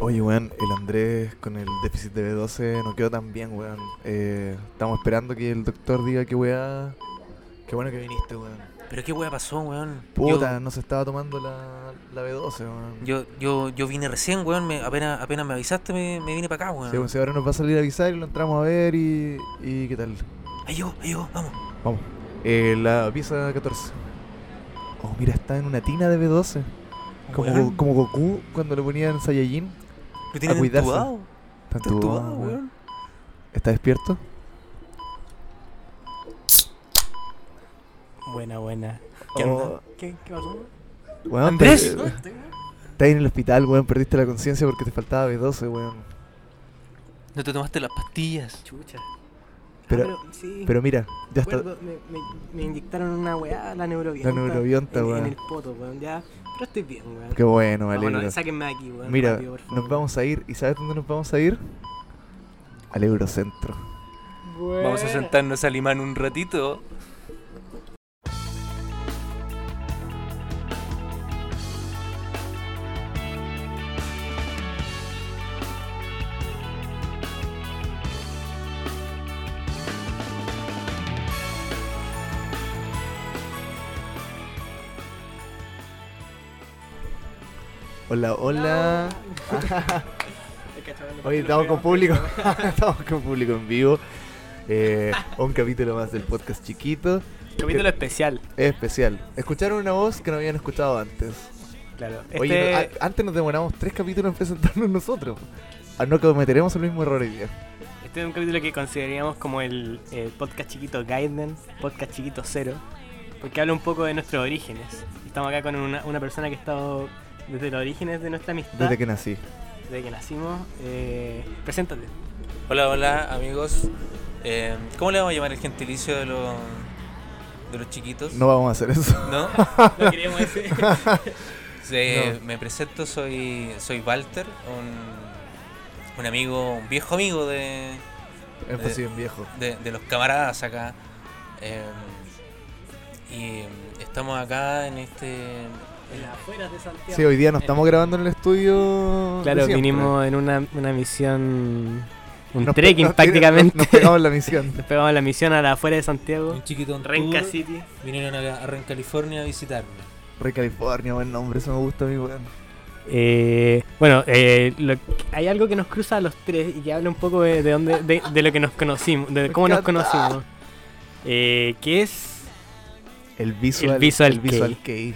Oye, weón, el Andrés con el déficit de B12 no quedó tan bien, weón. Eh, estamos esperando que el doctor diga que weá. Qué bueno que viniste, weón. Pero qué wea pasó, weón. Puta, no se estaba tomando la, la B12, weón. Yo, yo, yo, yo vine recién, weón. Me, apenas, apenas me avisaste, me, me vine para acá, Sí, weón. pues, ahora nos va a salir a avisar y lo entramos a ver y. y ¿Qué tal? Ahí llegó, ahí llegó, vamos. Vamos. Eh, la pieza 14. Oh, mira, está en una tina de B12. Como, Weón, como Goku cuando lo ponían en Saiyajin. Lo tienen a cuidarse. entubado. Está Está entubado, entubado, weón. weón. ¿Está despierto? Buena, buena. ¿Qué Oh. onda? ¿Qué, qué pasó? Weón, Andrés. te- Estás en el hospital, weón, perdiste la conciencia porque te faltaba B12, weón. No te tomaste las pastillas. Chucha. Ah, Pero- sí. Pero mira, ya está. recuerdo, me, me- me inyectaron una weá, la neurobionta. La neurobionta, en, weón. En el poto, weón. Ya. Pero estoy bien, weón. Qué bueno, me Vámonos, alegro. sáquenme de aquí, weón. Mira, rápido, por favor. nos vamos a ir. ¿Y sabes dónde nos vamos a ir? Al Eurocentro. Vamos a Buena. sentarnos a limar un ratito. Hola, hola. Hay que echarle Hoy estamos con público. estamos con público en vivo. Eh, un capítulo más del podcast chiquito. Capítulo especial, Especial. Escucharon una voz que no habían escuchado antes. claro. Este, Oye, ah, no- a- antes nos demoramos tres capítulos en presentarnos nosotros. Ah, No cometeremos el mismo error hoy día. este es un capítulo que consideraríamos como el, el podcast chiquito Guidance, podcast chiquito cero, porque habla un poco de nuestros orígenes. Estamos acá con una, una persona que ha estado desde los orígenes de nuestra amistad, Desde que nací. desde que nacimos. Eh, preséntate. Hola, hola, amigos. Eh, ¿Cómo le vamos a llamar el gentilicio de los, de los chiquitos? No vamos a hacer eso. ¿No? Lo queríamos decir. Se- No. Me presento, soy, soy Walter, un, un amigo, un viejo amigo de, Énfasis en viejo. de, de los camaradas acá. Eh, y estamos acá en este. En las afueras de Santiago. Sí, hoy día no estamos grabando en el estudio. de Claro, siempre. vinimos en una, una misión. Un Nos pe- trekking nos- prácticamente. Nos pegamos la misión. Nos pegamos la misión a la afuera de Santiago. Un chiquito en Renca tour, City. Vinieron a, a Ren, California a visitarme. Re California, buen nombre, eso me gusta a mí, weón. Eh, bueno, eh, lo- hay algo que nos cruza a los tres y que habla un poco de, de dónde, de, de lo que nos conocimos, de cómo nos encanta. conocimos. Eh, que es, El visual. El visual el visual kei.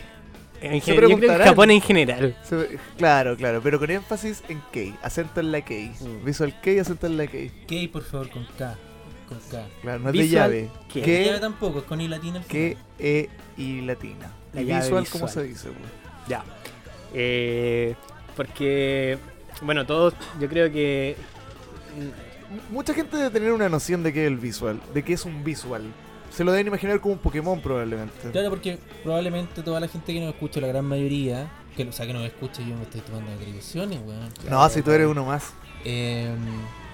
en Se gen- yo creo que preguntarán. Japón en general. Se- Claro, claro, pero con énfasis en K, acento en la K. Mm. Visual K, acento en la K. K, por favor, con K. Con K. Claro, no es de Visual llave. kei. Y K, ahora tampoco, es con I latina. al K, final. E y latina. La y llave visual, visual. ¿cómo se dice, weón? Ya. Eh, porque, bueno, todos, yo creo que Mm. Mucha gente debe tener una noción de qué es el visual, de qué es un visual. Se lo deben imaginar como un Pokémon probablemente. Claro, porque probablemente toda la gente que nos escucha, la gran mayoría, que, o sea, que nos escucha, yo me estoy tomando atribuciones, weón. No, si tú eres uno más Eh,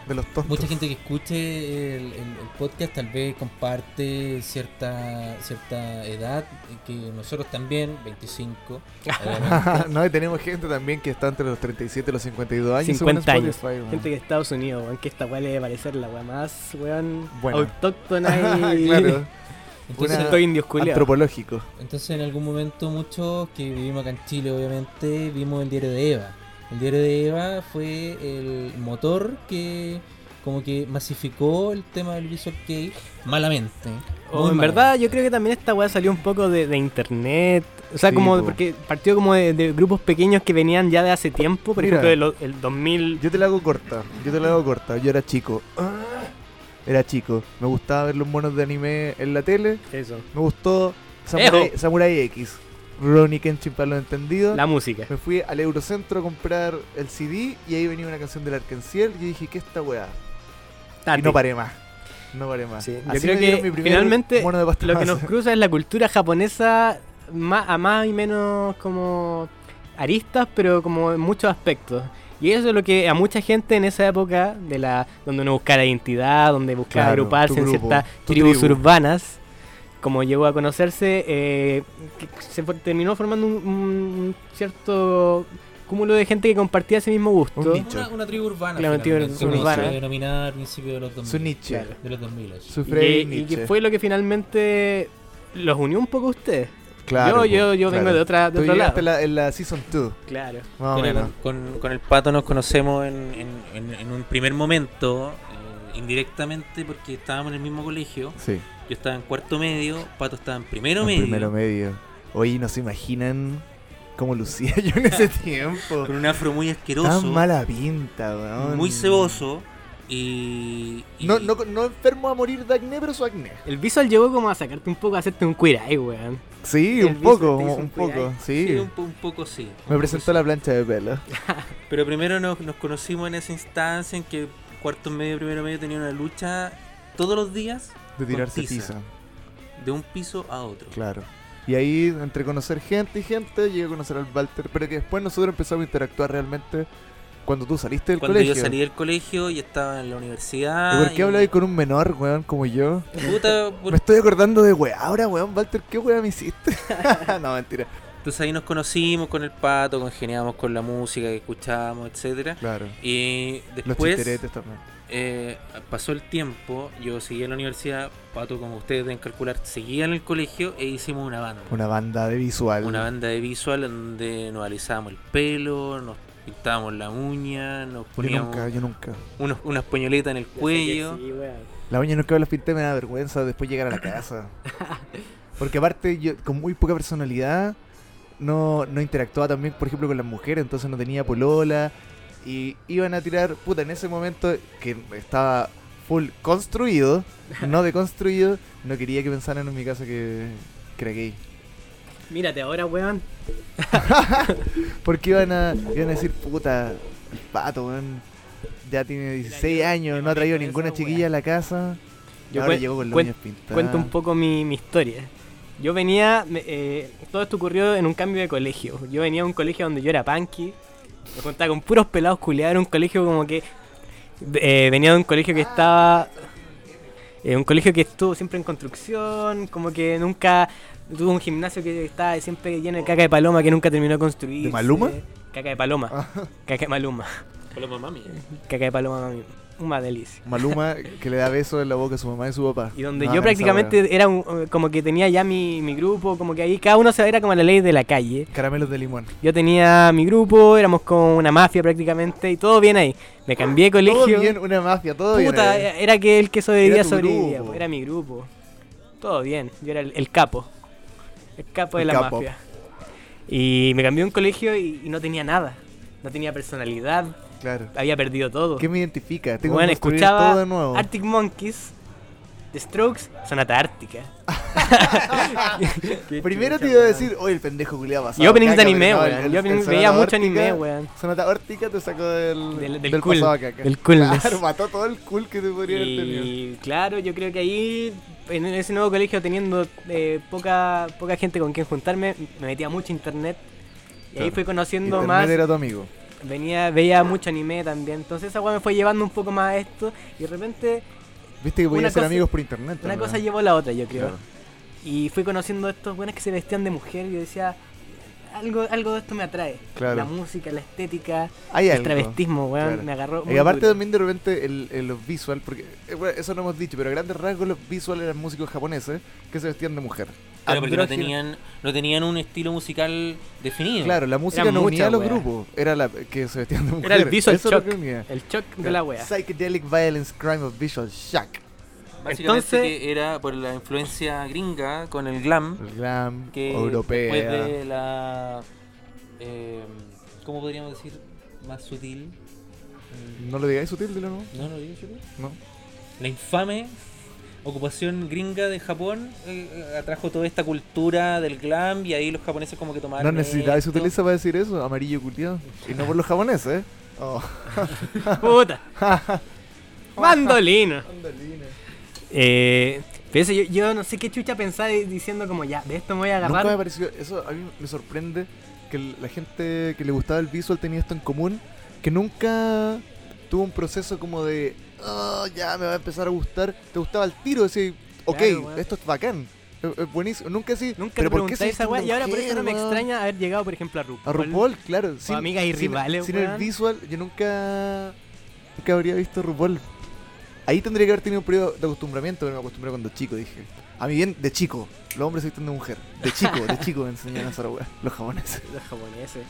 de los tontos. mucha gente que escuche el, el- el podcast tal vez comparte cierta cierta edad, eh, que nosotros también, 25. obviamente. no, y tenemos gente también que está entre los 37 y los 52 años. 50 según años. Spotify, weón. gente que de Estados Unidos, weón, que esta weá le debe parecer la weá más, weón, Bueno. autóctona y claro, Entonces, Una- todo indios culiados. antropológico. entonces en algún momento muchos que vivimos acá en Chile, obviamente, vimos el diario de Eva. El diario de Eva fue el motor que como que masificó el tema del visual kei malamente. O Oh, Muy en mal. verdad, yo creo que también esta weá salió un poco de, de internet. O sea, Sí, como po. porque partió como de, de grupos pequeños que venían ya de hace tiempo. Por Mira. ejemplo, de lo- el 2000. Yo te la hago corta, yo te la hago corta. Yo era chico. Ah, Era chico. Me gustaba ver los monos de anime en la tele. Eso. Me gustó Samurai, Samurai X. Ronnie Kenshin para lo entendido. La música. Me fui al Eurocentro a comprar el CD y ahí venía una canción del Arkenciel y yo dije, ¿qué es esta weá? Y Tati. no paré más. No paré más. Sí, yo Así creo me dieron que mi primer finalmente mono de pasta Lo que base. nos cruza es la cultura japonesa ma- a más y menos como aristas, pero como en muchos aspectos. Y eso es lo que a mucha gente en esa época, de la donde uno buscara identidad, donde buscaba Claro, agruparse tu en grupo, ciertas tu tribus tribu. urbanas, como llegó a conocerse, eh, que se for- terminó formando un, un cierto cúmulo de gente que compartía ese mismo gusto. Un nicho. Una, una tribu urbana. Claro, una tribu finalmente, ur- como urbana. Se denominaba al principio de los 2000. Su Nietzsche. Claro. De los 2000. Su Y Freddy que- y, Nietzsche. que fue lo que finalmente los unió un poco a ustedes. Claro, yo- yo- yo po, vengo claro. de otra- de Tú otro llegaste lado. la- en la Season 2, Claro. más o Con el, menos. con- con el pato nos conocemos en, en- en- en un primer momento, eh, indirectamente porque estábamos en el mismo colegio. Sí, Yo estaba en cuarto medio, pato estaba en primero en medio. primero medio. Hoy no se imaginan cómo lucía yo en ese tiempo. Con un afro muy asqueroso, Tan mala pinta, weón. muy ceboso y. y- No, no, no enfermo a morir de acné, pero su acné. El visual llegó como a sacarte un poco, a hacerte un queer eye, weón. Sí, El un poco, bíceps te hizo un, un poco. cuidado. pues, Sí. sí, un, po- un poco sí. un Me poco presentó sí. la plancha de pelo. Pero primero nos, nos conocimos en esa instancia en que cuarto medio, primero medio tenía una lucha todos los días De tirarse tiza. tiza. de un piso a otro. Claro. Y ahí, entre conocer gente y gente, llegué a conocer al Walter. Pero que después nosotros empezamos a interactuar realmente cuando tú saliste del Cuando colegio. yo salí del colegio y estaba en la universidad. ¿Y por qué y- habláis con un menor, weón, como yo? Puta, pues, Me por- estoy acordando de weón. Ahora, weón, Walter, ¿qué weón me hiciste? no, mentira. Entonces ahí nos conocimos con el pato, congeniamos con la música que escuchábamos, etcétera. Claro. Y Los después chisteretes también. eh, pasó el tiempo, yo seguía en la universidad, Pato, como ustedes deben calcular, seguía en el colegio e hicimos una banda. Una banda de visual. Una banda de visual donde nos alisábamos el pelo, nos pintábamos la uña, nos Yo poníamos nunca, yo nunca. unos- unas pañoletas en el cuello. Sí, weón. La uña nunca me las pinté, me da vergüenza después llegar a la casa. Porque aparte, yo con muy poca personalidad, no, no interactuaba también, por ejemplo, con las mujeres, entonces no tenía polola. Y iban a tirar, puta, en ese momento que estaba full construido, no deconstruido, no quería que pensaran en mi casa que, que era gay. Mírate ahora, weón. Porque iban a, iban a decir, puta, el pato, weón, ya tiene 16 años, no ha traído ninguna chiquilla a la casa. Y Yo ahora cuen- llegó con las cuen- uñas pintadas. Cuento un poco mi, mi historia. Yo venía, me- eh, todo esto ocurrió en un cambio de colegio. Yo venía a un colegio donde yo era punky, me juntaba con puros pelados culiados, era un colegio como que... eh, venía de un colegio que estaba... eh, un colegio que estuvo siempre en construcción, como que nunca... Tuvo un gimnasio que estaba siempre lleno de caca de paloma que nunca terminó de construir. ¿De Maluma? Ah. Caca de paloma. Caca de Maluma. Paloma mami. Caca de paloma, mami. Una delicia. Maluma que le da besos en la boca a su mamá y su papá. Y donde No yo hagan esa weá. prácticamente era un- como que tenía ya mi, mi grupo, como que ahí cada uno se era como la ley de la calle. Caramelos de limón. Yo tenía mi grupo, éramos como una mafia prácticamente y todo bien ahí. Me cambié de colegio. Todo bien, una mafia, todo bien. Puta, eh. era que el que sobrevivía Era tu sobrevivía, grupo. era mi grupo. Todo bien, yo era el, el capo. El capo de El la capo. mafia. Y me cambié a un colegio y, y no tenía nada. No tenía personalidad, Claro. había perdido todo. ¿Qué me identifica? Tengo Bueno, que construir escuchaba todo de nuevo. Arctic Monkeys, The Strokes, Sonata Ártica. Qué Primero chucha, te iba a weón. decir, oye, el pendejo culiado pasado. Y openings de caca", anime, pero no, weón. el- Yo el openings- Sonata veía mucho Órtica- anime, weón. Sonata Órtica te sacó del, Del- del cool, cool, pasado a caca. del coolness. Claro, mató todo el cool que te podría haber tenido. Y claro, yo creo que ahí, en ese nuevo colegio, teniendo eh, poca, poca gente con quien juntarme, me metía mucho internet. Y ahí Claro. fui conociendo Internet más. era tu amigo. Venía, veía mucho anime también. Entonces esa weá me fue llevando un poco más a esto. Y de repente, Viste que Una podías ser cosa- amigos por internet. una también. cosa llevó a la otra, yo creo. Claro. Y fui conociendo a estos buenos que se vestían de mujer y yo decía, algo, algo de esto me atrae. Claro. La música, la estética, Hay el algo. travestismo, weón, claro. me agarró. Y muy aparte duro. también de repente el, el- los visual, porque eh, bueno, eso no hemos dicho, pero a grandes rasgos los visual eran músicos japoneses que se vestían de mujer. Claro, porque no Andrógina- tenían, no tenían un estilo musical definido. Claro, la música Eran no unía muchas a los weas. grupos, era la que se vestían de mujer. Era el visual eso era shock. lo que unía. El shock de la wea. Psychedelic Violence Crime of Visual Shock. Básicamente Entonces- que era por la influencia gringa con el glam. El glam que europea. después de la eh, cómo podríamos decir más sutil Mm, No lo digáis sutil, dilo no. no no digo sutil. No. la infame ocupación gringa de Japón eh, eh, atrajo toda esta cultura del glam y ahí los japoneses como que tomaron No necesitáis esto. sutileza para decir eso, amarillo culiado. Y no por los japoneses, ¿eh? Oh. Puta. Mandolino. Eh, pero eso, yo, yo no sé qué chucha pensaba di- diciendo como ya, de esto me voy a Nunca me agarrar. pareció. Eso a mí me sorprende que el- la gente que le gustaba el visual tenía esto en común. Que nunca tuvo un proceso como de. "Ah, ya me va a empezar a gustar. Te gustaba el tiro, decís, ok, Claro, weón. esto es bacán. Es- es buenísimo. Nunca sí. Nunca pero ¿por qué te pregunté esa existe weá una y ahora por eso no me mujer, weón? extraña haber llegado, por ejemplo, a RuPaul. A RuPaul, claro. Sin, amigas y sin- rivales, Sin el weón. visual, yo nunca. Nunca habría visto RuPaul. Ahí tendría que haber tenido un periodo de acostumbramiento, pero me acostumbré cuando chico, dije. A mí bien, de chico. Los hombres se visten de mujer. De chico, de chico me enseñaron a hacer weá. Los japoneses. Los japoneses.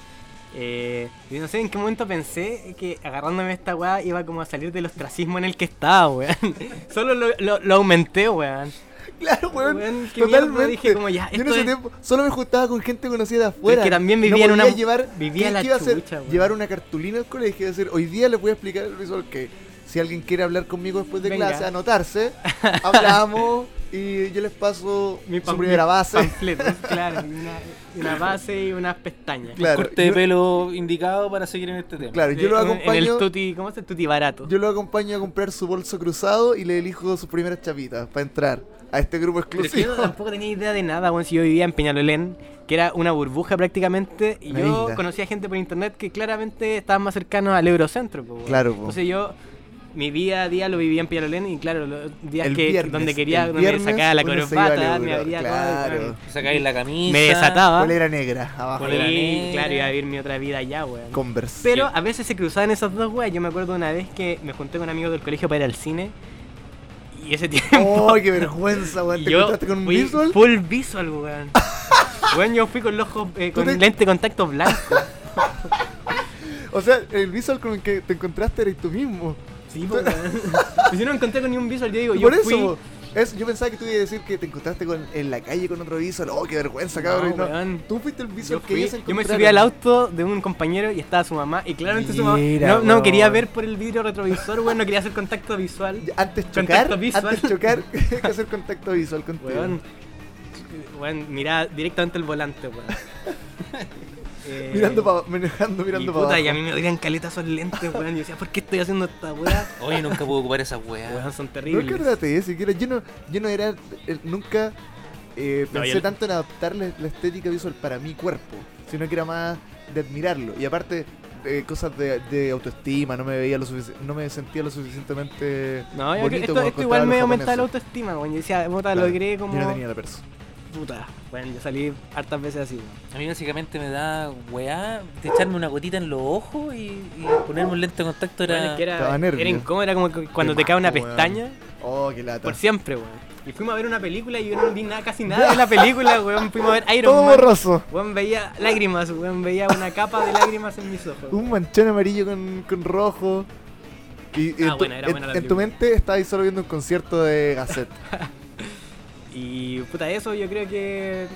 Eh, y no sé en qué momento pensé que agarrándome esta weá iba como a salir del ostracismo en el que estaba, weón. Solo lo, lo- lo aumenté, weón. Claro, weón. Weón, qué mierda, Totalmente. dije como ya, Yo en esto ese es- tiempo solo me juntaba con gente conocida de afuera. que también No vivía en podía una- llevar, vivía ¿qué- la qué iba a hacer? chucha, weón. Llevar una cartulina al colegio y decir, hoy día les voy a explicar el visual que si alguien quiere hablar conmigo después de Venga. clase, anotarse, hablamos y yo les paso mi su pam- primera mi base. panfleto, claro, y una, y una base y unas pestañas. Claro, Corte de yo- pelo indicado para seguir en este tema. Claro, yo lo Eh, En- En el acompaño. tuti, ¿cómo se llama? Tuti barato. Yo lo acompaño a comprar su bolso cruzado y le elijo sus primeras chapitas para entrar a este grupo Pero es que exclusivo. yo tampoco tenía idea de nada, weón. Si yo vivía en Peñalolén, que era una burbuja prácticamente, y Una yo isla. conocía gente por internet que claramente estaba más cercano al Eurocentro, po, weón. Claro, po. Entonces yo, mi día a día lo vivía en Peñalolén, y claro, los días El que, viernes, donde quería, el donde me viernes sacaba la uno se iba al corbata, me Euro, abría claro. todo, Sacáis la y, camisa. me desataba. Polera negra, abajo. Polera Y negra. claro, iba a vivir mi otra vida allá, weón. Converse. Pero Sí. a veces se cruzaban esas dos weas. Yo me acuerdo una vez que me junté con amigos del colegio para ir al cine. Y ese tiempo. ¡Oh, qué vergüenza, weón! ¿Te yo encontraste con un fui visual? Full visual, weón. weón, yo fui con los ojos. eh, ¿Tú con te- lente de contacto blanco. O sea, el visual con el que te encontraste eres tú mismo. sí, po, weón. Pues yo no me encontré con ni un visual. Yo digo, Y yo por eso, fui. po, es- yo pensaba que tú ibas a decir que te encontraste con, en la calle con otro visual. ¡Oh, qué vergüenza, No, cabrón! No, weón. Tú fuiste el Yo, visual que fui- ellos yo me encontraron. subí al auto de un compañero y estaba su mamá. Y claramente su mamá Mira, no, no weón. quería ver por el vidrio retrovisor, weón. No quería hacer contacto visual. Antes chocar, Contacto visual. antes chocar, hay que hacer contacto visual contigo. Weón. Weón, miraba directamente el volante, weón. Eh, Mirando para manejando, mirando y para puta, abajo. y a mí me dolían caletas esos lentes, weón. Yo decía, ¿por qué estoy haciendo esta weá? Oye, nunca pude ocupar esa weá. Weón, son No terribles. cárgate, eh, siquiera. Yo no, yo no era. eh, nunca eh, No, pensé yo- tanto en adaptar la, la estética visual para mi cuerpo, sino que era más de admirarlo. Y aparte, eh, cosas de, de autoestima, no me veía lo sufici- no me sentía lo suficientemente. No, yo creo que bonito esto, como esto igual encontraba me los aumentaba la japoneses. autoestima, weón. Yo decía, puta, Claro, logré como. Yo no tenía la perso. Puta, weón, yo salí hartas veces así, weón. A mí básicamente me da weá de echarme una gotita en los ojos y, y ponerme un lente de contacto Weón, es era... que era, Estaba nervio. era incómodo, era como que cuando Qué te cae una majo, weón. pestaña, Oh, qué lata. por siempre, weón. Y fuimos a ver una película y yo no vi nada, casi nada de la película, weón. Fuimos a ver Iron Todo Man. borroso. Weón, veía lágrimas, weón. Veía una capa de lágrimas en mis ojos. Un manchón amarillo con, con rojo. Y, y Ah, en, tu, buena, era en- buena la en tu película. mente estabas solo viendo un concierto de Gazette. Y puta, eso yo creo que.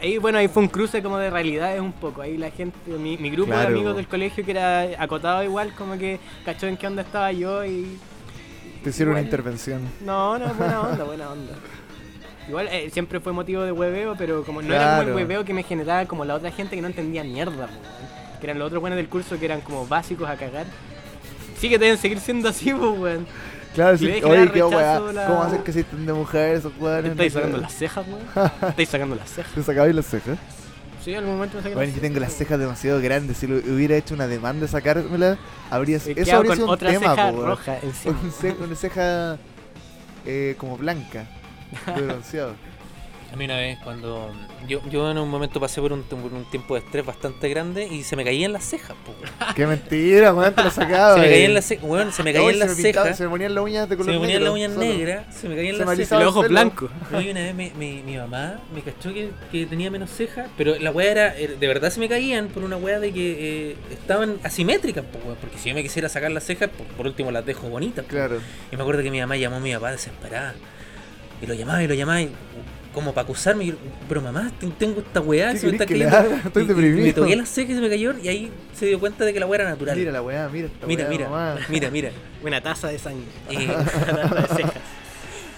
Ahí, bueno, ahí fue un cruce como de realidades un poco. Ahí la gente, mi, mi grupo Claro. de amigos del colegio que era acotado igual, como que cachó en qué onda estaba yo y. Te hicieron una Igual. intervención. No, no, buena onda, buena onda. Igual eh, siempre fue motivo de hueveo, pero como no era como Claro. el hueveo que me generaba como la otra gente que no entendía mierda, po, weón. que eran los otros buenos del curso que eran como básicos a cagar. Sí que deben seguir siendo así, po, weón. Claro, Le sí, dije, oye, "Ah, qué weá. rechazo la- ¿Cómo hacen que se estén de mujeres esos Te weones? estáis No sé. sacando las cejas, weón. Te estáis sacando las cejas. Te sacabais las cejas. Sí, al momento me saqué Bueno, yo tengo las weón. cejas demasiado grandes. Si lo hubiera hecho una demanda de sacármela, habría Eh, Eso quedo habría con sido un otra tema, ceja po, weón. roja encima. Una ce- Una ceja eh, como blanca. De bronceado. A mí una vez cuando... Yo, yo en un momento pasé por un, por un tiempo de estrés bastante grande y se me caían las cejas, po, weón. Qué mentira, weón, te lo sacaba. Se me eh. caían las cejas, weón, se me Oye, caían se las pintaba- cejas. Se me ponían las uñas de Se color me ponían negro, las uñas solo. negras, se me caían Se me las cejas. alisaba Los ojos pelo. blancos. No, y una vez mi, mi- mi mamá me cachó que, que tenía menos cejas, pero la weá era, era- de verdad se me caían por una weá de que eh, estaban asimétricas, po, weón, porque si yo me quisiera sacar las cejas, por, por último las dejo bonitas. po. Claro. Y me acuerdo que mi mamá llamó a mi papá desesperada, y lo llamaba y lo llamaba, y, como para acusarme, y yo, pero mamá, te- tengo esta weá, ¿Qué se me querés está que le cayendo". haga? Estoy Y- y deprimido. me toqué las cejas y se me cayeron, y ahí se dio cuenta de que la weá era natural. Mira la weá, mira esta mira, weá, mira, mamá. mira, mira, Una taza de sangre. Y- Una taza de cejas.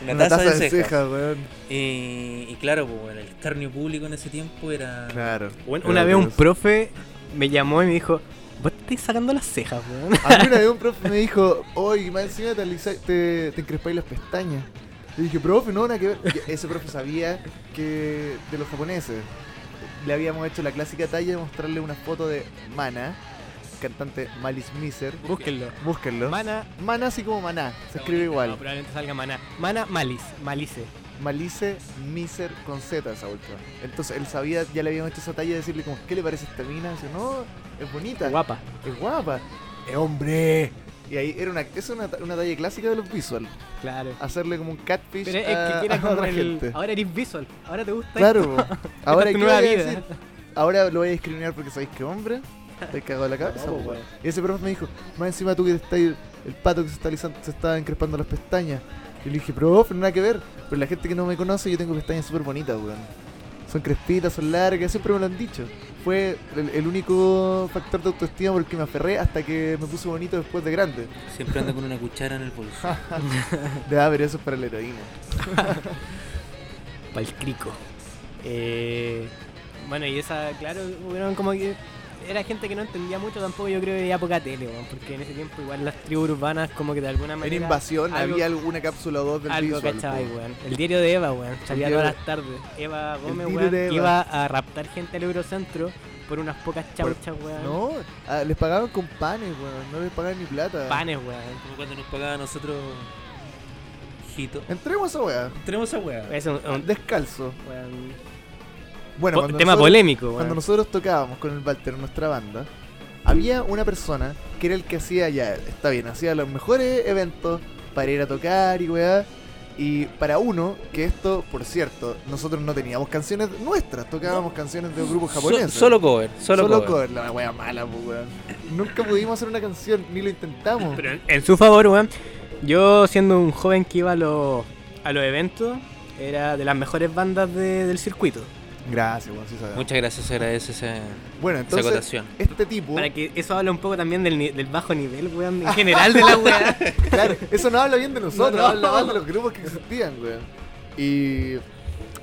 Una, taza, de, cejas. weón. Eh, y claro, pues, bueno, el escarnio público en ese tiempo era. Claro. Bueno, Era una vez lo un que- profe me llamó y me dijo, vos te estás sacando las cejas, weón. A mí una vez un profe me dijo, oye, más encima te, alisa- te, te encrespáis las pestañas. Le dije, profe, no, nada que ver. Y Ese profe sabía que de los japoneses. Le habíamos hecho la clásica talla de mostrarle una foto de Mana, cantante Malice Miser. Búsquenlo. Búsquenlo. Mana. Mana así como Maná, se escribe No, igual. probablemente salga Mana. Mana Malis. Malice. Malice Miser con Z esa última. Entonces él sabía, ya le habían hecho esa talla de decirle como, ¿qué le parece esta mina? Dice, no, es bonita, Guapa. es guapa, es hombre. Y ahí era una, es una, ta- una talla clásica de los visual, Claro. hacerle como un catfish Pero es a, que a era como ah, otra el. gente. Ahora eres visual. Ahora te gusta. Claro, po. esto, ahora esta es tu ¿qué voy nueva a vida. decir? Ahora lo voy a discriminar porque sabéis que hombre. Te cagado de la cabeza, No, po, pues, weón. Y ese profe me dijo, más encima tú que te estás, el pato que se está alisando, se está encrespando las pestañas. Y le dije, profe, nada que ver. Pero la gente que no me conoce, yo tengo pestañas súper bonitas, weón. Son crespitas, son largas, siempre me lo han dicho. Fue el, el único factor de autoestima por el que me aferré hasta que me puse bonito después de grande. Siempre anda con una cuchara en el bolso. De ah, pero eso es para la heroína. Pa'l crico. Eh, bueno, y esa, claro, hubieron como que. Era gente que no entendía mucho tampoco, yo creo, de época tele, weón, porque en ese tiempo igual las tribus urbanas como que de alguna Era manera... invasión, algo- había alguna cápsula o dos del Algo visual, cachai, po. weón. El diario de Eva, weón. Salía diario todas las tardes. Eva Gómez, diario weón, de Eva. iba a raptar gente al Eurocentro por unas pocas chauchas, weón. No, ah, les pagaban con panes, weón. No les pagaban ni plata. Panes, weón. Como cuando nos pagaba a nosotros. Hijito. Entremos a esa weá. Tenemos esa weá. Es un, un- Descalzo. weón. Bueno, Po- cuando tema nosotros, polémico, eh. cuando weón. nosotros tocábamos con el Walter, nuestra banda, había una persona que era el que hacía, ya, está bien, hacía los mejores eventos para ir a tocar y weá. Y para uno, que esto, por cierto, nosotros no teníamos canciones nuestras, tocábamos canciones de un grupo japonés. ¿eh? So- solo cover, solo, cover. la weá mala, pues, weón. Nunca pudimos hacer una canción, ni lo intentamos. Pero en, en su favor, weón, yo siendo un joven que iba a los, a los eventos, era de las mejores bandas de- del circuito. Gracias, weón, sí sabemos. Muchas gracias, se agradece esa, Bueno, esa entonces, acotación. este tipo. Para que eso habla un poco también del, ni- del bajo nivel, weón, en general de la weá. Claro, eso no habla bien de nosotros, No, no. habla mal de los grupos que existían, weón. Y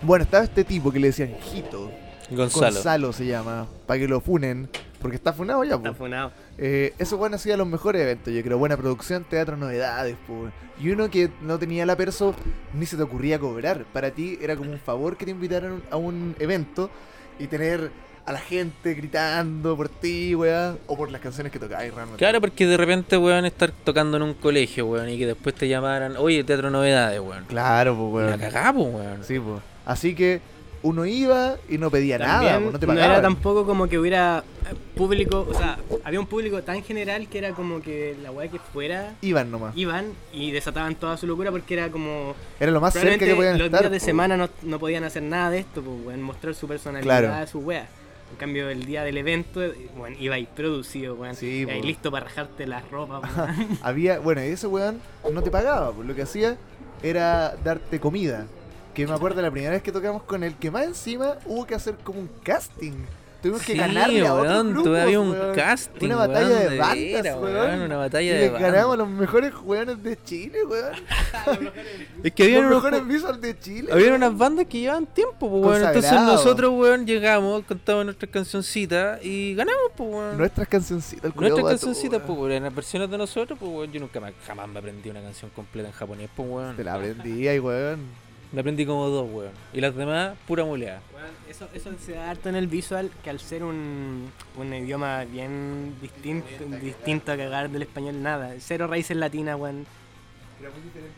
bueno, estaba este tipo que le decían Jito. Gonzalo. se llama, para que lo funen, porque está funado ya, Está pues. funado. Eh, Eso bueno hacía los mejores eventos, yo creo. Buena producción, teatro, novedades, pues. Y uno que no tenía la perso, ni se te ocurría cobrar. Para ti era como un favor que te invitaran a un evento y tener a la gente gritando por ti, weón, o por las canciones que tocáis realmente. Claro, porque de repente, weón, estar tocando en un colegio, weón, y que después te llamaran, oye, teatro novedades, weón. Claro, pues, La weón. cagamos, weón. Sí, pues. Así que uno iba y no pedía nada, También po, no te no pagaban. era tampoco como que hubiera eh, público, o sea, había un público tan general que era como que la weá que fuera Iban nomás. iban y desataban toda su locura porque era como Era lo más cerca que podían los estar. días de po. semana no, no podían hacer nada de esto, pues, weón, mostrar su personalidad, Claro. su wea. En cambio, el día del evento, eh, weón, iba ahí producido, weón. Sí, y ahí po. listo para rajarte las ropas, weón. Había, bueno, y ese weón no te pagaba, pues lo que hacía era darte comida. Que me acuerdo la primera vez que tocamos con él, que más encima hubo que hacer como un casting. Tuvimos que Sí, ganarle a otros weón, grupos, todavía un weón. casting, Una batalla weón, de de bandas, veras, weón. weón, una batalla y de le bandas. ganamos a los mejores jugadores de Chile, weón. Es que había Los unos- mejores visual de Chile. Había unas bandas que llevaban tiempo, pues, weón. Entonces Consagrado. nosotros, weón, llegamos, cantamos nuestras cancioncitas y ganamos, pues, weón. Nuestras cancioncitas, el Nuestras culiao vato, cancioncitas, weón. pues, weón, las versiones de nosotros, pues, weón. Yo nunca más, jamás me aprendí una canción completa en japonés, pues, weón. Te la aprendí ahí, weón. Me aprendí como dos, weón. Y las demás, pura moleada. Eso, eso se da harto en el visual, que al ser un, un idioma bien distinto, distinto a cagar del español, nada. Cero raíces latinas, weón.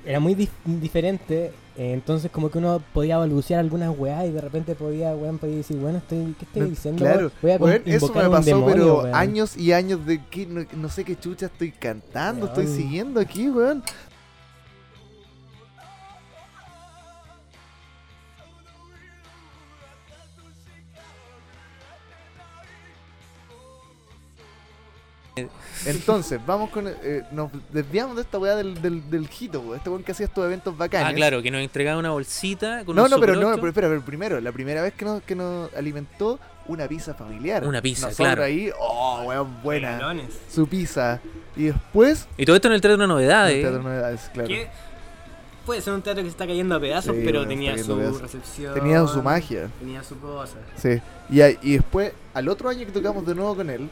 Era muy dif- diferente, eh, entonces como que uno podía balbucear algunas weas y de repente podía, weón, podía decir, bueno, estoy, ¿qué estoy No, diciendo? claro, weón? Voy a con- Weón, eso invocar me un pasó, demonio, pero weón". años y años de que no, no sé qué chucha estoy cantando, estoy Weón. siguiendo aquí, weón. Entonces, vamos con. eh, nos desviamos de esta weá del, del, del Jito, weón. Este weón que hacía estos eventos bacanes. Ah, claro, que nos entregaba una bolsita con No, un no, pero Super no, 8. pero espera, pero primero, la primera vez que nos, que nos alimentó una pizza familiar. Una pizza, Nosotros claro. ahí, oh, weón, buena. Melones. Su pizza. Y después, Y todo esto en el Teatro de Novedades. el Teatro Novedades, claro. Que puede ser un teatro que se está cayendo a pedazos, Sí, pero weón, tenía está su cayendo a pedazos. recepción. Tenía su magia, Tenía su cosa. sí. Y, ahí- y después, al otro año que tocamos de nuevo con él,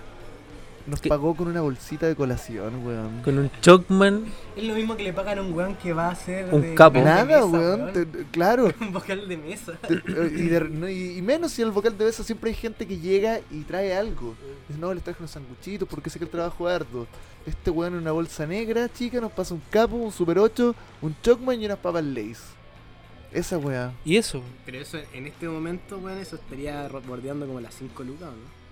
nos ¿Qué? pagó con una bolsita de colación, weón. Con un Chocman. Es lo mismo que le pagan a un weón que va a hacer. Un de capo. vocal de Nada, mesa, weón, te- claro. Un vocal de mesa. Te- y, de- no, y- y menos si el vocal de beso siempre hay gente que llega y trae algo. Dice, no, les traje unos sanguchitos porque sé que el trabajo es arduo. Este weón en una bolsa negra, chica, nos pasa un capo, un super 8, un chocman y unas papas lays. Esa weá. Y eso. Pero eso en este momento, weón, eso estaría ro- bordeando como las 5 lucas, ¿o ¿no?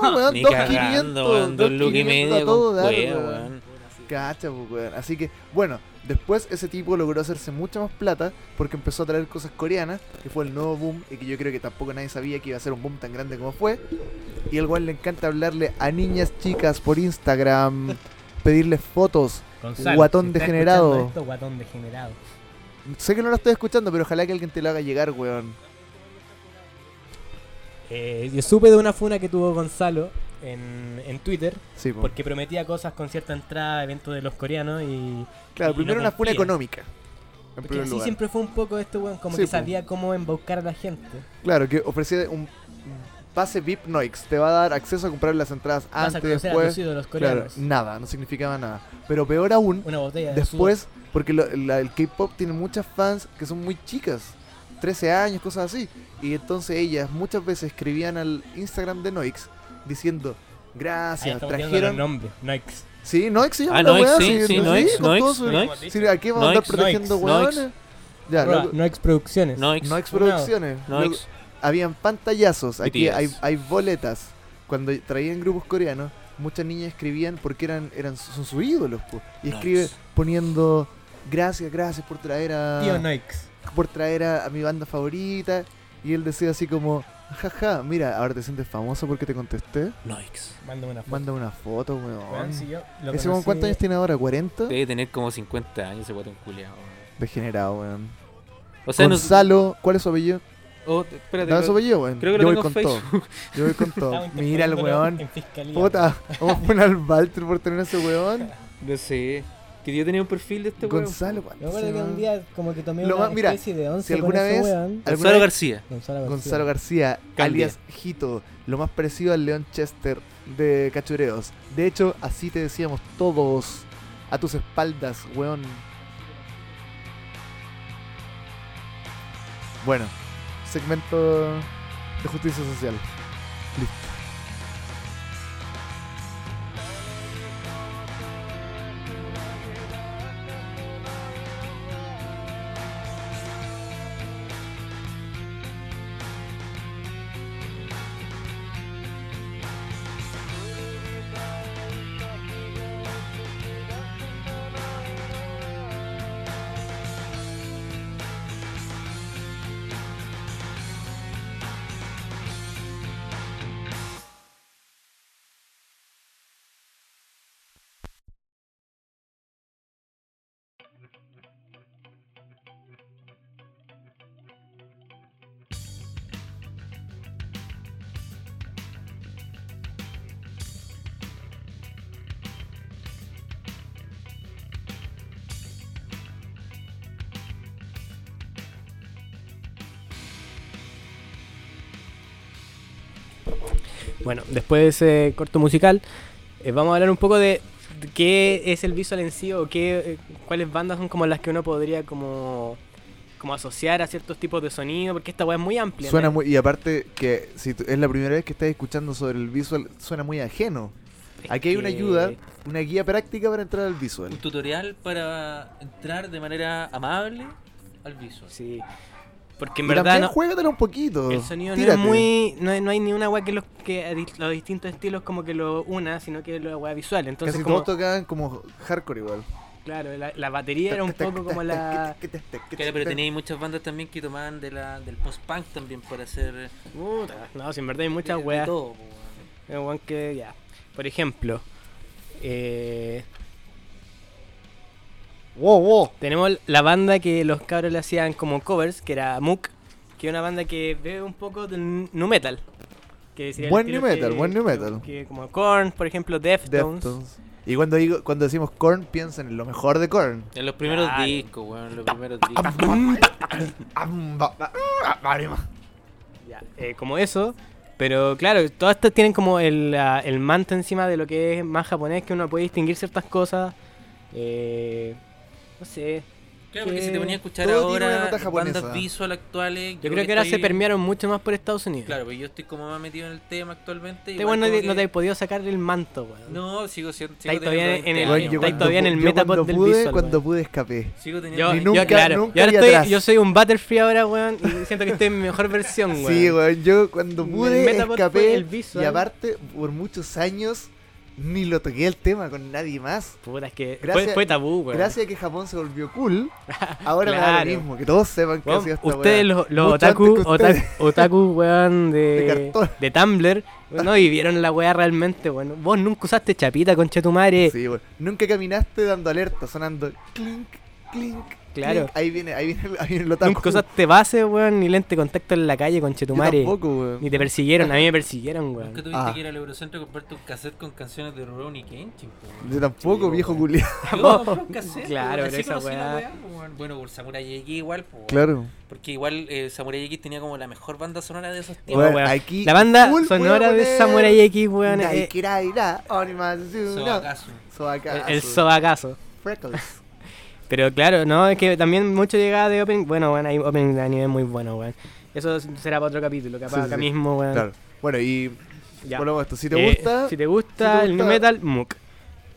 No, weón, Ni 2500. cagando, weón. Dos lucas y 2500 a medio todo con dar, cueva, weón. weón. Cacha, pues, weón. Así que, bueno, después ese tipo logró hacerse mucha más plata porque empezó a traer cosas coreanas, que fue el nuevo boom y que yo creo que tampoco nadie sabía que iba a ser un boom tan grande como fue. Y el weón le encanta hablarle a niñas chicas por Instagram, pedirles fotos. Gonzalo, Guatón si está degenerado. escuchando esto, guatón degenerado. Sé que no lo estoy escuchando, pero ojalá que alguien te lo haga llegar, weón. Eh, yo supe de una funa que tuvo Gonzalo en, en Twitter Sí, po. porque prometía cosas con cierta entrada a eventos de los coreanos y Claro, y primero no una funa confía. económica. En porque primer así lugar. siempre fue un poco este weón, como Sí, que po. sabía cómo embaucar a la gente. Claro, que ofrecía un pase VIP Noix. Te va a dar acceso a comprar las entradas Vas a antes, conocer a después. tus ídolos Claro, coreanos. nada, no significaba nada. Pero peor aún, Una botella de Después, porque lo- la- el K-pop tiene muchas fans que son muy chicas, 13 años, cosas así. Y entonces ellas muchas veces escribían al Instagram de Noix diciendo, sudor. Ahí gracias, estamos tirando los trajeron... nombres. Noix. Sí, Noix se llama Ah, la Noix, weá, sí, sí, ¿no? Noix, con Noix, todo su- Noix. Sí, ¿a qué vamos a andar Noix, protegiendo Noix. weones? Ya, Arroba, loco- Noix Producciones. No, ex- Noix Producciones. Loco- Noix. habían pantallazos, aquí BTS. hay, hay boletas. Cuando traían grupos coreanos, muchas niñas escribían porque eran, eran su- son sus ídolos. po. Y Nice. escribe poniendo gracias, gracias por traer a Tío Noix. por traer a, a mi banda favorita. Y él decía así como, jaja, mira, ahora te sientes famoso porque te contesté. Noix. Mándame una foto. Manda una foto, Weón, weón. si yo lo ¿Ese weón conocí- cuántos años tiene ahora? ¿40? Debe tener como 50 años ese guatón culiado. Degenerado, weón. O sea, no. Gonzalo, ¿cuál es su apellido? Oh, espérate. Dame su creo- apellido, weón. creo Yo que lo voy tengo con en todo. Yo voy con todo. Estamos Mira el interponiéndolo weón. en fiscalía. Puta, vamos a poner al Walter por tener ese weón. No sé. Que yo tenía un perfil de este weón. Gonzalo, Me acuerdo que un weón. día como que tomé Lo una más- mira, especie de once si alguna con ese vez- weón. ¿Alguna Gonzalo vez- García. Gonzalo García. Gonzalo García, Cambia. alias Jito, lo más parecido al León Chester de Cachureos. De hecho, así te decíamos todos a tus espaldas, weón. Bueno, segmento de justicia social. Listo. Bueno, después de ese corto musical, eh, vamos a hablar un poco de qué es el visual en sí o qué, eh, cuáles bandas son como las que uno podría como, como asociar a ciertos tipos de sonido, porque esta weá es muy amplia. Suena ¿no? muy, y aparte que si tú- es la primera vez que estás escuchando sobre el visual, suena muy ajeno. Es Aquí hay una que- ayuda, una guía práctica para entrar al visual. Un tutorial para entrar de manera amable al visual. Sí, porque en Y verdad también no- juégatela un poquito. el sonido tírate. no es muy... No, hay- no hay ni una weá que, los, que a di- los distintos estilos como que lo una, sino que es la weá visual. Entonces Casi como... todos tocaban como hardcore igual. Claro, la, la batería era un poco como la... Claro, pero teníais muchas bandas también que tomaban de la, del post-punk también para hacer. Puta, no, si en verdad hay de- muchas de weas. todo, po, weón. Eh, weón, que ya. Por ejemplo, eh, Wow, wow. tenemos la banda que los cabros le hacían como covers, que era Mook, que es una banda que bebe un poco del nu metal. que sería el Buen estilo nu metal, que- buen nu que- metal. que como Korn, por ejemplo, Deftones. Deftones. Y cuando digo, cuando decimos Korn, piensen en lo mejor de Korn. En los primeros Claro. discos, weón. Los primeros discos. Ya, eh, como eso. Pero claro, todas estas tienen como el, ah, el manto encima de lo que es más japonés, que uno puede distinguir ciertas cosas. eh, no sé. Claro, porque que- si te ponía a escuchar Todo tiene una ahora nota japonesa. bandas visual actuales. Yo creo que ahora se estoy- permearon mucho más por Estados Unidos. Claro, pero yo estoy como más metido en el tema actualmente. Este igual weón no, como te- no que- te he podido sacar el manto, weón. No, sigo siendo. Está ahí todavía en el- Weón, yo yo Está ahí cuando todavía en pu- el yo Metapod cuando del pude, visual, Cuando weón. pude escapé. Sigo teniendo. Yo, Ni yo, nunca- claro, nunca yo ahora vi estoy, atrás. yo soy un Butterfree ahora, weón, y siento que estoy en mi mejor versión, weón. Sí, weón, yo cuando El pude Metapod fue escapé. el visual. Y aparte, por muchos años ni lo toqué el tema con nadie más. Puta, es que fue- fue, Gracias- tabú, weón. Gracias a que Japón se volvió cool, ahora me da Claro. lo mismo, que todos sepan que Weón, ha sido esta ustedes, weá. los, los Mucho otaku, antes que otaku, ustedes. otaku, weón, de, De cartón. de Tumblr, weón, no vivieron la weá realmente, weón. Vos nunca usaste chapita, concha de tu madre. Sí, weón. Nunca caminaste dando alerta, sonando clink, clink. Claro. clink. Ahí viene, ahí viene, ahí viene lo tan nunca usaste base, weón, ni lente de contacto en la calle, concha de tu madre. Tampoco, weón. Ni te persiguieron, a mí me persiguieron, Nunca weón. tuviste Ah. que ir al Eurocentro a comprarte un cassette con canciones de Rurouni Kenshin. po, weón. Yo tampoco, Sí, viejo weón. culiado. Yo compré un cassette, Claro, weón, pero así esa conocí la weá. weá, po, weón. Bueno, por Samurai X igual, po, weón. Claro. Porque igual eh, Samurai X tenía como la mejor banda sonora de esos Oh, tiempos. Weón, weón. aquí La banda full sonora voy a de poner Samurai X, weón, eh, es- Naikiraira, Onimazu, So, no. acaso. el, Sobakazu, eh, el sobacazo. Freckles. Pero claro, no, es que también mucho llegaba de Open. Bueno, bueno, hay Open de anime muy bueno, weón. Eso será para otro capítulo, capaz Sí, sí, acá sí. mismo, weón. Claro. Bueno, y Ah. Ya. volvamos a esto. Si te Eh, gusta, Si te gusta si te el gusta- nu metal, Mook.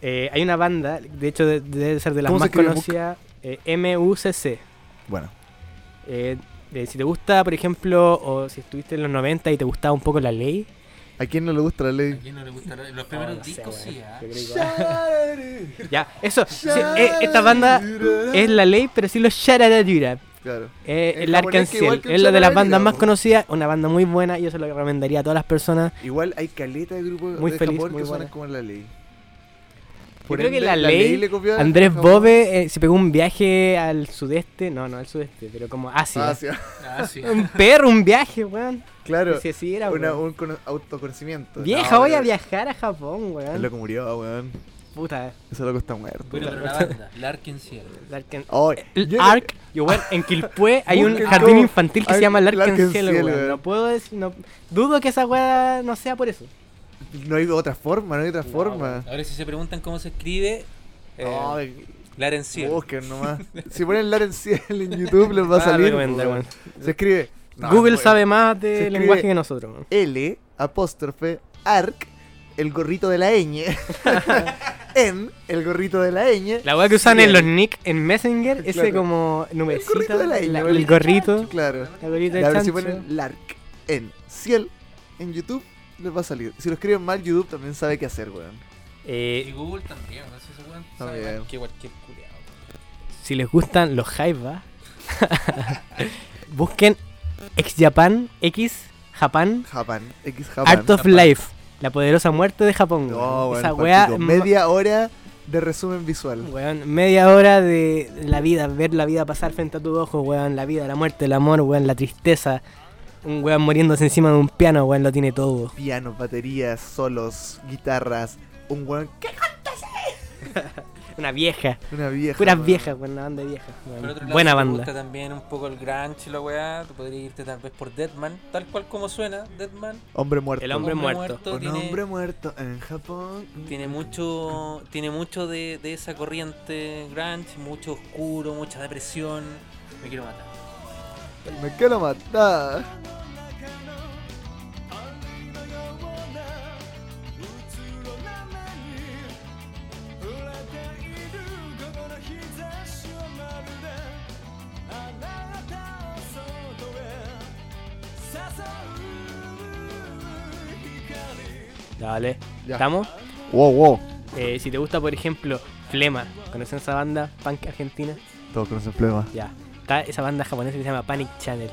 Eh, hay una banda, de hecho de- debe ser de las ¿Cómo se más escribe Mook? conocidas, eh, MUCC. bueno, Eh, de- si te gusta, por ejemplo, o si estuviste en los 90 y te gustaba un poco la ley. ¿a quién no le gusta la ¿A ley? quién no le gusta? Los oh, primeros no sé, discos weón. sí, ¿ah? Yo creo que- Ya, eso. sí, eh, esta banda es la ley, pero sí los Shararadura. Claro. Eh, En japonés el que Arkansas igual que un es la de las Shararadura, bandas más po. conocidas, una banda muy buena, y yo se lo recomendaría a todas las personas. Igual hay caleta de grupos Muy de feliz, Japón muy que suenan buena. como la ley. creo que la ley, le copió a Andrés Japón. Bove eh, se pegó un viaje al sudeste, no, no al sudeste, pero como Asia. Ah, sí. Ah, sí. Un perro, un viaje, weón. Claro, Si así era, una- weón. un cono- autoconocimiento. Vieja, No, voy a pero viajar a Japón, El weón. loco murió, weón. Puta, Ese loco está muerto. Bueno, pero la banda, Larkin Cielo. Larkin. Ay, El yo- Ark, yo, weón, en Quilpué hay un Busca jardín como infantil que se Ark- llama Larkin Larkin Cielo, Cielo, weón. weón. No puedo decir, no, dudo que esa weá no sea por eso. No hay otra forma, no hay otra No, forma. Ahora si se preguntan cómo se escribe, eh, Ay, Laren Ciel. busquen nomás. Si ponen Laren Ciel en YouTube les va a Ah, salir. recomendar, weón. weón. Se escribe. no, Google weón. sabe más se de escribe- lenguaje que nosotros, weón. L, apóstrofe, arc, el gorrito de la ñ. en, el gorrito de la ñ. La weá que usan en Ciel. los nick en Messenger, ese Claro. como numercito, gorrito de la la- ño, el el gorrito, Claro. el gorrito A ver si del chancho. ponen Lark en Ciel en YouTube, les va a salir. Si lo escriben mal, YouTube también sabe qué hacer, weón. Y Eh, Google también, no sé si se weón sabe También. más que cualquier culiao. si les gustan los Jaivas, busquen Ex Japan, X Japan, Japan, X Japan. Art of Japan. Life, la poderosa muerte de Japón. No, weón. weón, Esa Juan weá, Chico, ma- Media hora de resumen visual. weón, media hora de la vida, ver la vida pasar frente a tus ojos, weón, la vida, la muerte, el amor, weón, la tristeza. Un weón muriéndose encima de un piano, weón, lo tiene todo. Pianos, baterías, solos, guitarras. Un weón. ¿Qué? Una vieja, Una vieja. puras weón. viejas, weón, una banda vieja. weón. Por otro lado, si Buena te banda. gusta también un poco el grunge y la weá, tú podrías irte tal vez por Deadman, tal cual como suena Deadman. Hombre muerto. El hombre muerto. Un tiene, hombre muerto en Japón. tiene mucho, tiene mucho de, de esa corriente grunge, mucho oscuro, mucha depresión. Me quiero matar. Me quiero matar. Dale, Ya. ¿estamos? Wow, wow. Eh, si te gusta, por ejemplo, Flema, ¿conocen esa banda punk argentina? Todos conocen problemas. Ya. Está esa banda japonesa que se llama Panic Channel.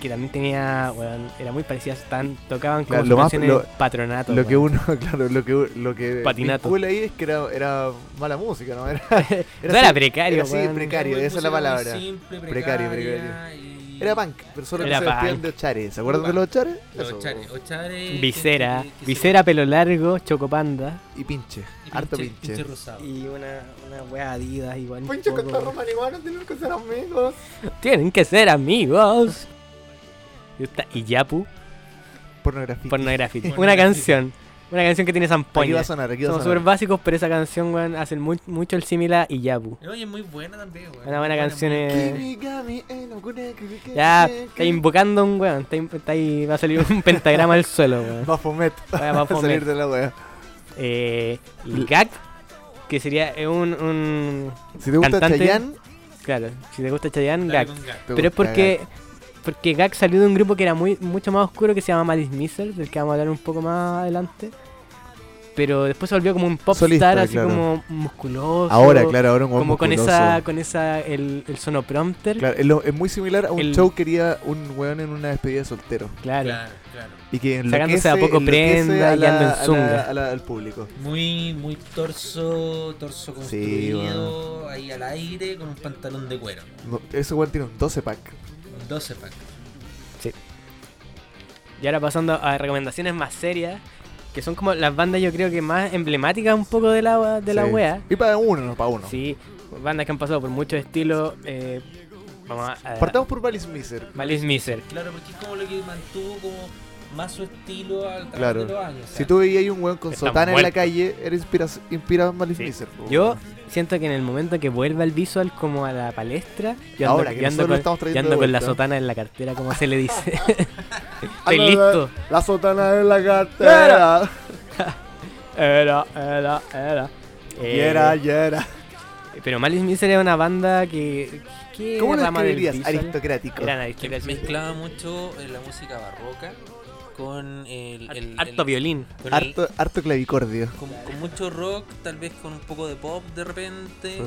Que también tenía, weón, era muy parecida, tan, tocaban como Claro, sus lo más- canciones lo- patronato. Lo que weón. uno, claro, lo que lo que Patinato. vincula ahí es que era, era mala música, ¿no? Era, No era así- precario, era así, weón. precario, esa es la palabra. Simple, Precario, precaria y- Era punk, pero solo Era que se vestían punk. de chares. ¿Se acuerdan de los chares? Eso, Los chare, weón. ochare, Visera, gente que- que se- Visera pelo largo, Chocopanda. Y pinche, y pinche- harto pinche. pinche rosado. Y una, una wea Adidas igual. un Pinche poco, con todos weón. los marihuanos tienen que ser amigos. Tienen que ser amigos. Y está Iyapu, Pornografía. pornografía. Pornografía. una canción. Una canción que tiene Aquí va zampoña. a sonar, aquí va a Somos sonar. súper básicos, pero esa canción, weón, hace mu- mucho el símil a Iyabu. No, y es muy buena también, weón. Una buena Buena, canción. muy- eh, Kirigami en alguna que- Ya, que- está invocando un weón. Está, in- está ahí, va a salir un pentagrama al suelo, weón. Baphomet. Vaya Va a Baphomet. salir de la wea. Eh, y Gak, que sería eh, un, un. Si te gusta Cantante, Chayanne, Claro, si te gusta Chayanne, Dale Gak. con Gak. te Pero gusta es porque porque Gag salió de un grupo que era muy mucho más oscuro que se llama Malice Miser, del que vamos a hablar un poco más adelante. Pero después se volvió como un popstar Solista, así claro. como musculoso. Ahora, claro, ahora un Como weón con musculoso. esa con esa el, el sonoprompter. Claro. Claro, es, lo- es muy similar a un El- show que haría un weón en una despedida de soltero. Claro, claro. Y que enloquece, Sacándose a poco enloquece prenda a y anda en a zunga. a la- al público. Muy, muy torso, Sí, torso construido, ahí al aire, con un pantalón de cuero. No, ese weón tiene un 12 pack. Un 12 pack. Y ahora pasando a recomendaciones más serias, que son como las bandas yo creo que más emblemáticas un poco de la de la Sí. wea. Y para uno, no para uno. Sí, bandas que han pasado por muchos estilos. eh, vamos a, Partamos por Malice Miser. Malice Miser. Claro, porque es como lo que mantuvo como más su estilo al través Claro. de los años. o sea, Si tú veías ahí un weón con Está sotana en la muerto. calle, eres inspira- inspirado en Malice Sí. Miser. po. Yo siento que en el momento que vuelva el visual como a la palestra, yo ando, Ahora que yo ando nosotros lo estamos con, yo trayendo ando de con la vuelta. sotana en la cartera, como se le dice. Estoy Ando listo. Ah, La, la sotana en la cartera. Era, era, era. Y Eh, era, y era. Pero Malice Miser era una banda que. ¿Qué ¿Cómo lo rama del describirías? visual? Aristocrático. Eran que aristocracia. mezclaba mucho eh, la música barroca con el... Har- el- Harto el- violín. con el- Harto, harto clavicordio. con, con mucho rock, tal vez con un poco de pop de repente,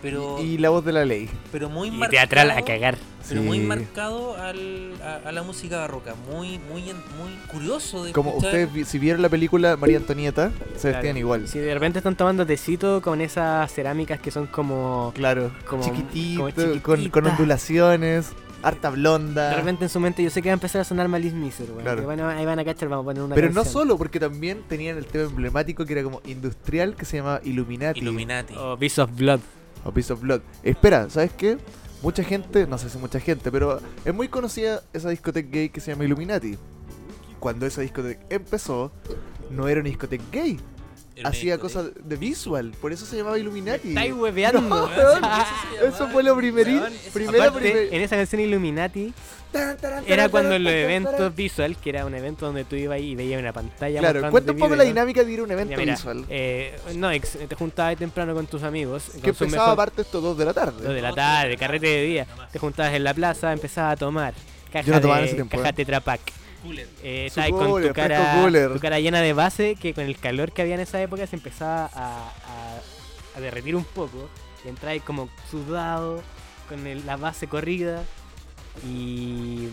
pero, Y la voz de la ley. pero muy Y marcado. teatral a cagar. Pero muy Sí. marcado al, a, a la música barroca. Muy, muy, en- muy curioso de Como escuchar. ustedes, vi- si vieron la película María Antonieta, se vestían Claro. igual. Si de repente están tomando tecito con esas cerámicas que son como. Claro, Como- chiquitito, como con, con chiquitita. ondulaciones, harta De blonda. repente en su mente yo sé que va a empezar a sonar Malice Miser, weón. Claro. Y van a- Ahí van a cachar, vamos a poner una Pero no canción. solo, porque también tenían el tema emblemático que era como industrial que se llamaba Illuminati, Illuminati. O Oh, Beast of Blood. o Piece of Blood. Espera, ¿sabes qué? Mucha gente, no sé si mucha gente, pero es muy conocida esa discoteca gay que se llama Illuminati. Cuando esa discoteca empezó, no era una discoteca gay, Era una hacía discoteca. cosas de visual, por eso se llamaba Illuminati. Estáis hueveando. No, weón. Eso fue lo primerito. Weón, ese- Primero, Aparte, primero. en esa canción Illuminati era cuando en los eventos visual, que era un evento donde tú ibas ahí y veías una pantalla. Claro, mostrándote cuenta un poco la videos. dinámica de ir a un evento Ya, mira, visual. eh, no, ex- te juntabas temprano con tus amigos. con Que sus empezaba mejor- aparte esto 2 de la dos tarde. de la tarde, carrete de día. Te juntabas en la plaza, empezabas a tomar. Caja, Yo no tomaba en ese de, tiempo, caja eh. Tetra Pak. Cooler. Eh, Su estabas con cooler, tu cara, fresco cooler. tu cara llena de base que con el calor que había en esa época se empezaba a, a- a derretir un poco. Y entrabas como sudado, con el- la base corrida. Y,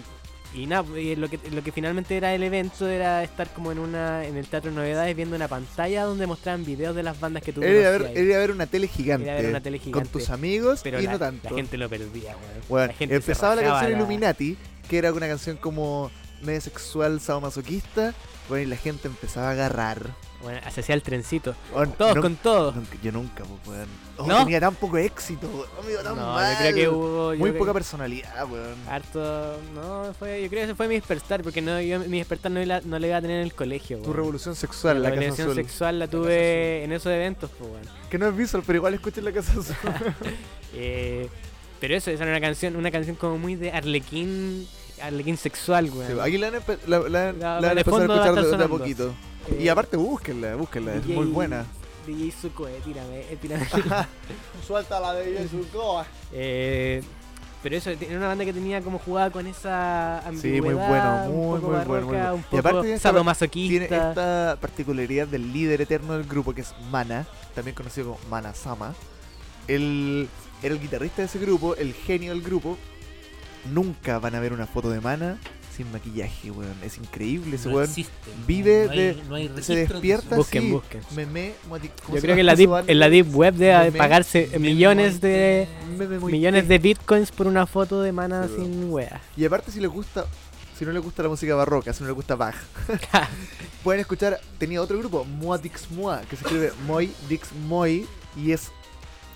y nada, pues, y lo, que, lo que finalmente era el evento era estar como en una en el Teatro Novedades viendo una pantalla donde mostraban videos de las bandas que tú Era ir a ver, conocías. era ir a ver una tele Era ver una gigante. tele Con gigante. tus amigos pero y la, no la tanto. gente lo perdía, weón. Bueno, la gente se empezaba la rajaba canción Illuminati, que era una canción como medio sexual, sadomasoquista. Bueno, y la gente empezaba a agarrar. Bueno, se hacía el trencito. Bueno, Todos no- con todos. nunca- Yo nunca, pues, weón. Oh, ¿No? Tenía tan poco éxito, weón. me iba tan No, mal. yo creo que Ah, hubo. yo Muy creo- poca personalidad, weón. Harto. No, fue, yo creo que ese fue mi despertar, porque no, yo, mi despertar no, la, no le iba a tener en el colegio. Tu weón. revolución sexual, la, la Casa revolución Azul. sexual la Casa tuve en esos eventos, pues, weón. Que no es visual, pero igual escuché la Casa Ah, Azul. Eh, pero eso, esa era una canción, una canción como muy de Arlequín, Arlequín sexual, weón. Sí, aquí la van a, empe- la, la- la La- van de a empezar a fondo va a escuchar estar de, de a sonando. poquito. Eh, Y aparte, búsquenla, búsquenla, es DJ muy buena. DJ Zuko, eh, tírame, eh, tírame. Suelta la de Yusukoa. Eh, pero eso, era una banda que tenía como jugada con esa Sí, muy ambigüedad, bueno, muy, un poco muy bueno, muy barroca, bueno. un Y aparte poco tiene esta- Tiene sadomasoquista. esta particularidad del líder eterno del grupo que es Mana, también conocido como Mana Sama. Él era el guitarrista de ese grupo, el genio del grupo. Nunca van a ver una foto de Mana sin maquillaje, weón. Es increíble ese No weón. existe, no- vive no hay- de- no hay se registro de eso. despierta Busquen, así. busquen. Meme, moti- ¿cómo Yo se creo que en llama este la deep, eso? en la deep web debe Meme. pagarse millones de Meme muy millones de bitcoins por una foto de mana Sí, weón. sin wea. Y aparte si les gusta, si no les gusta la música barroca, si no les gusta Bach, pueden escuchar, tenía otro grupo, Moa Dix Moa, que se escribe Moi Dix Moi, y es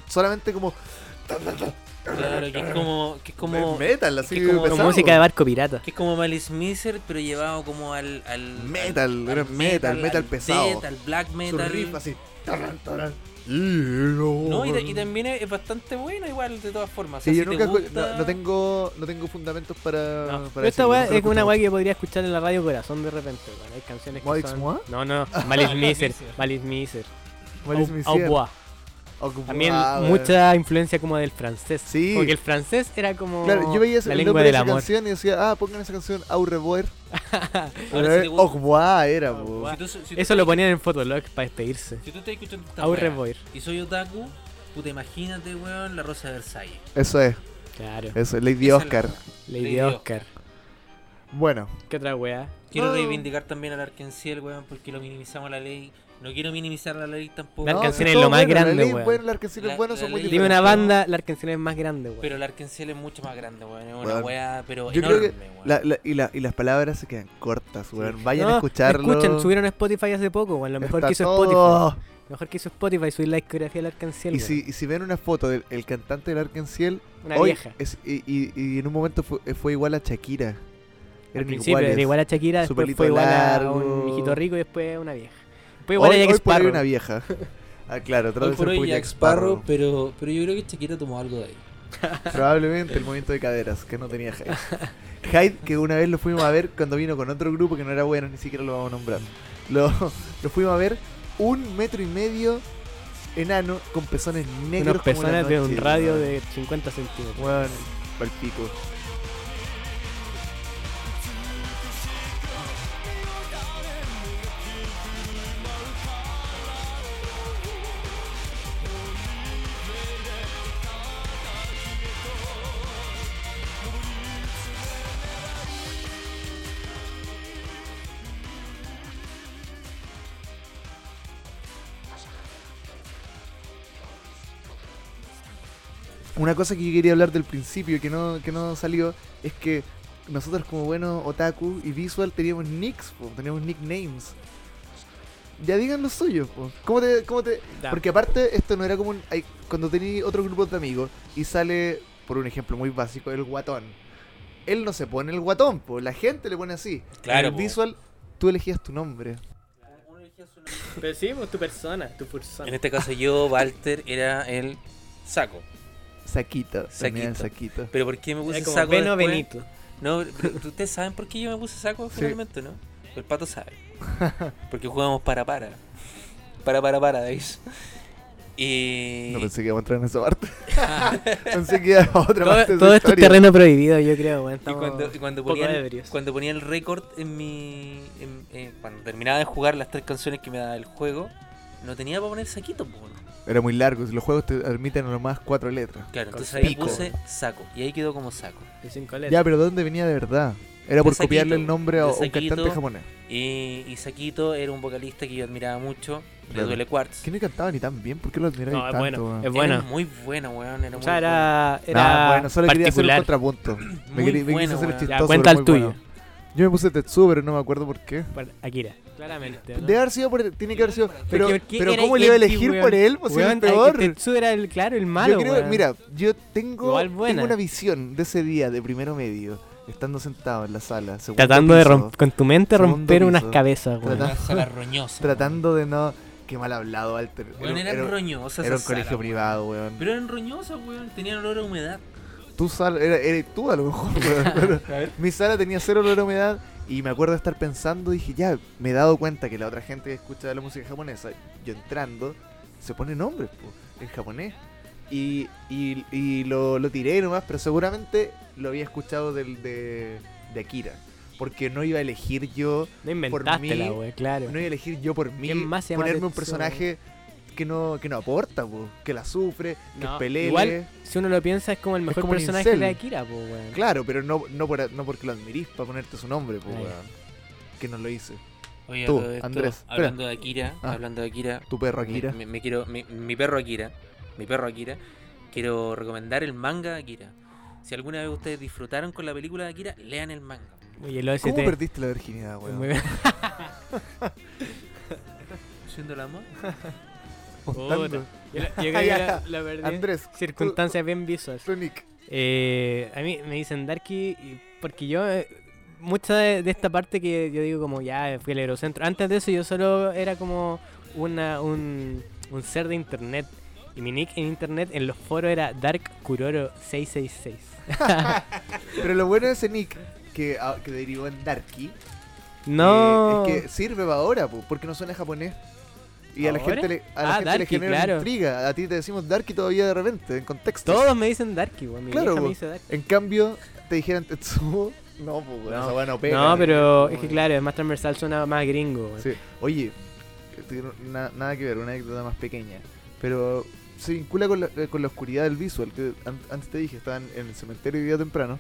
solamente como... Claro, que es como. Que es como. metal, así que como- Con pesado. pues. música de barco pirata. Que es como Malice Miser, pero llevado como al. al Metal, al- era al metal, metal al pesado. death, al black Su metal. riff así. taran, taran. No, No, y, ta- y también es es bastante bueno, igual, de todas formas. O sea, Sí, yo si te nunca escu- gusta- no, no tengo, no tengo fundamentos para. No, para pero esta decirlo, weá nunca lo es una escuché. weá que podría escuchar en la radio corazón de repente, weón. Hay canciones que Moix son... Moa? No, no, Malice Miser, Malice Miser. Malice Au- Miser. Au Bois. Ocupado, También eh. mucha influencia como del francés. Sí. Porque el francés era como Claro, yo veía ese- la el lengua nombre de del esa amor. canción y decía, ah, pongan esa canción Au revoir. Ahora, Pero si te era- gusta- Au revoir era, po. si tú- si tú- Eso lo ponían en Fotolog para despedirse. Si tú estás escuchando esta Au weá revoir. y soy otaku, puta, imagínate, weón, la Rosa de Versalles. Eso es, Claro. eso es, Lady Esa es la Oscar. weá. Lady Lady Oscar. Bueno, ¿Qué otra weá? Quiero No. reivindicar también al Arkenciel, weón, porque lo minimizamos la ley. No quiero minimizar la ley tampoco. La Arkenciel canciones es lo más grande, La weón. bueno, las canciones La- buenas la son muy ley- Dime diferentes. una banda, la canción es más grande, weón. Pero el Arkenciel es mucho más grande, weón. Es una Weón. weá, pero Yo creo enorme, que weón. La- la- y, la- y las palabras se quedan cortas, weón. Vayan No, a escucharlo. Escuchen, subieron a Spotify hace poco, weón. Lo mejor Está que hizo todo. Spotify. Lo mejor que hizo Spotify subir la discografía del Arcanciel. Y si, y si ven una foto del el cantante del Arkenciel, Una hoy vieja. es- y, y- y en un momento fue, fue igual a Shakira. Al Eran principio iguales. era igual a Shakira, Su después pelito fue igual a largo. un hijito rico y después a una vieja. Después igual hoy, a Jack hoy por hoy Sparrow. una vieja. Ah, claro, otra Hoy vez por un hoy poquito Jack Sparrow, pero, pero yo creo que Shakira tomó algo de ahí. Probablemente el movimiento de caderas que no tenía Hyde. Hyde, que una vez lo fuimos a ver cuando vino con otro grupo que no era bueno, ni siquiera lo vamos a nombrar. Lo, lo fuimos a ver un metro y medio enano con pezones negros. Unos como la personas de un noche, radio weón. de 50 centímetros. Weón, pa'l pico. Una cosa que yo quería hablar del principio que no, que no salió es que nosotros como buenos otaku y visual teníamos nicks, po, teníamos nicknames. Ya digan los suyos, po. ¿Cómo te, cómo te, Da. Porque aparte esto no era como un, hay- cuando tenéis otro grupo de amigos y sale, por un ejemplo muy básico, el guatón. Él no se pone el guatón, po. la gente le pone así. Claro, En el po. visual tú elegías tu nombre. Pero sí, pues, tu persona, tu En persona. este caso yo, Walter, era el saco. Saquito. Saquito. Saquito. saquito. Pero ¿por qué me puse Es como saco Beno después? Benito. No, pero ustedes saben por qué yo me puse saco Sí. finalmente, ¿no? El pato sabe. Porque jugamos para para. Para para para, Davis. Y... No pensé que iba a entrar en esa parte. pensé que iba a otra Todo, parte de todo esa este esto es historia. terreno prohibido, yo creo, weón. Y Estamos cuando, y cuando un poco ponía, el, ebrios. cuando ponía el récord en mi. en- en- cuando terminaba de jugar las tres canciones que me daba el juego, no tenía para poner saquito, po. Era muy largo. si Los juegos te admiten nomás cuatro letras. Claro, Con entonces ahí pico. puse saco. Y ahí quedó como saco. De cinco letras. Ya, pero ¿de dónde venía de verdad? Era por De Saquito, copiarle el nombre a de un Saquito. cantante japonés. Y, y Saquito era un vocalista que yo admiraba mucho, de Claro. Duele Quartz. ¿Quién no cantaba ni tan bien? ¿Por qué lo admiráis No, es tanto? bueno, weón? es Era bueno. muy bueno, weón. Era O muy sea, era, era Nah, bueno, solo quería hacer un particular. contrapunto. Me, Muy quería- me quise bueno, hacer el weón. Ya, chistoso. Ya, cuenta pero muy el tuyo. bueno. Yo me puse Tetsu, pero no me acuerdo por qué. Para- Akira. Claramente. Debe haber sido por. Tiene que haber sido. Pero, Porque- porque pero era ¿cómo le iba a Genki, elegir weón. por él? Pues si era el Weón, peor. Tetsu era el, claro, el malo, yo creo, weón. mira, yo tengo, Igual tengo buena. una visión de ese día de primero medio, estando sentado en la sala, segundo Tratando de piso, romp- con tu mente Segundo romper piso. unas cabezas, weón. Tratando- Una sala roñosa. tratando de no. Qué mal hablado, Walter. Weón, era, eran era- roñosas era un esas salas, colegio privado, weón. weón. Pero eran roñosas, weón. Tenían olor a humedad. Tu sala, era, era tú a lo mejor, weón. Pero Mi sala tenía cero olor a humedad y me acuerdo de estar pensando, dije, ya, me he dado cuenta que la otra gente que escucha la música japonesa, yo entrando, se pone nombres po, en japonés. Y, y, y lo, lo tiré nomás, pero seguramente lo había escuchado del, de, de Akira. Porque no iba a elegir yo, No inventaste mí, la, weón, claro. no iba a elegir yo por mí ¿Quién más se llama ponerme un Tetsuo? personaje que no, que no aporta, po, que la sufre, que No, pelele. Igual, si uno lo piensa, es como el mejor como un personaje incel. de Akira, po, weón. Claro, pero no, no, por- no porque lo admirís para ponerte su nombre, po, Ay. weón. Que no lo hice. Oye, a Tú, todo esto, Andrés, espera. Hablando de Akira, Ah. hablando de Akira, Tu perro Akira. Me, me- me quiero, me- mi perro Akira, mi perro Akira, quiero recomendar el manga de Akira. Si alguna vez ustedes disfrutaron con la película de Akira, lean el manga. Oye, el OST. ¿Cómo perdiste la virginidad, weón? Muy bien. ¿Siendo el amor? apostando. Yo, la- yo creo que la, la perdí. Andrés, Circunstancias bien visuales. tú, Nick. Eh, a mí me dicen Darky y- porque yo, eh, mucha de, de esta parte que yo digo como ya eh, fui al Eurocentro, antes de eso yo solo era como una, un, un ser de internet. Y mi nick en internet en los foros era Dark Kuroro 666. Pero lo bueno de ese Nick, que, ah, que derivó en Darky, No. eh, es que sirve para ahora, po, porque no suena japonés. Y a la ¿Ahora? gente le, a la Ah, gente le Darky, genera claro. intriga. A ti te decimos Darky todavía de repente, en contexto. Todos me dicen Darky, weón. Mi Claro, vieja me po. dice Darky. En cambio, te dijeran Tetsuo. No, pues, No. bueno, no, pero es que claro, es más transversal, suena más gringo, weón. Sí. Oye, tiene na- nada que ver, una anécdota más pequeña. Pero se vincula con la, eh, con la oscuridad del visual, que an- antes te dije, estaban en el cementerio hoy día temprano.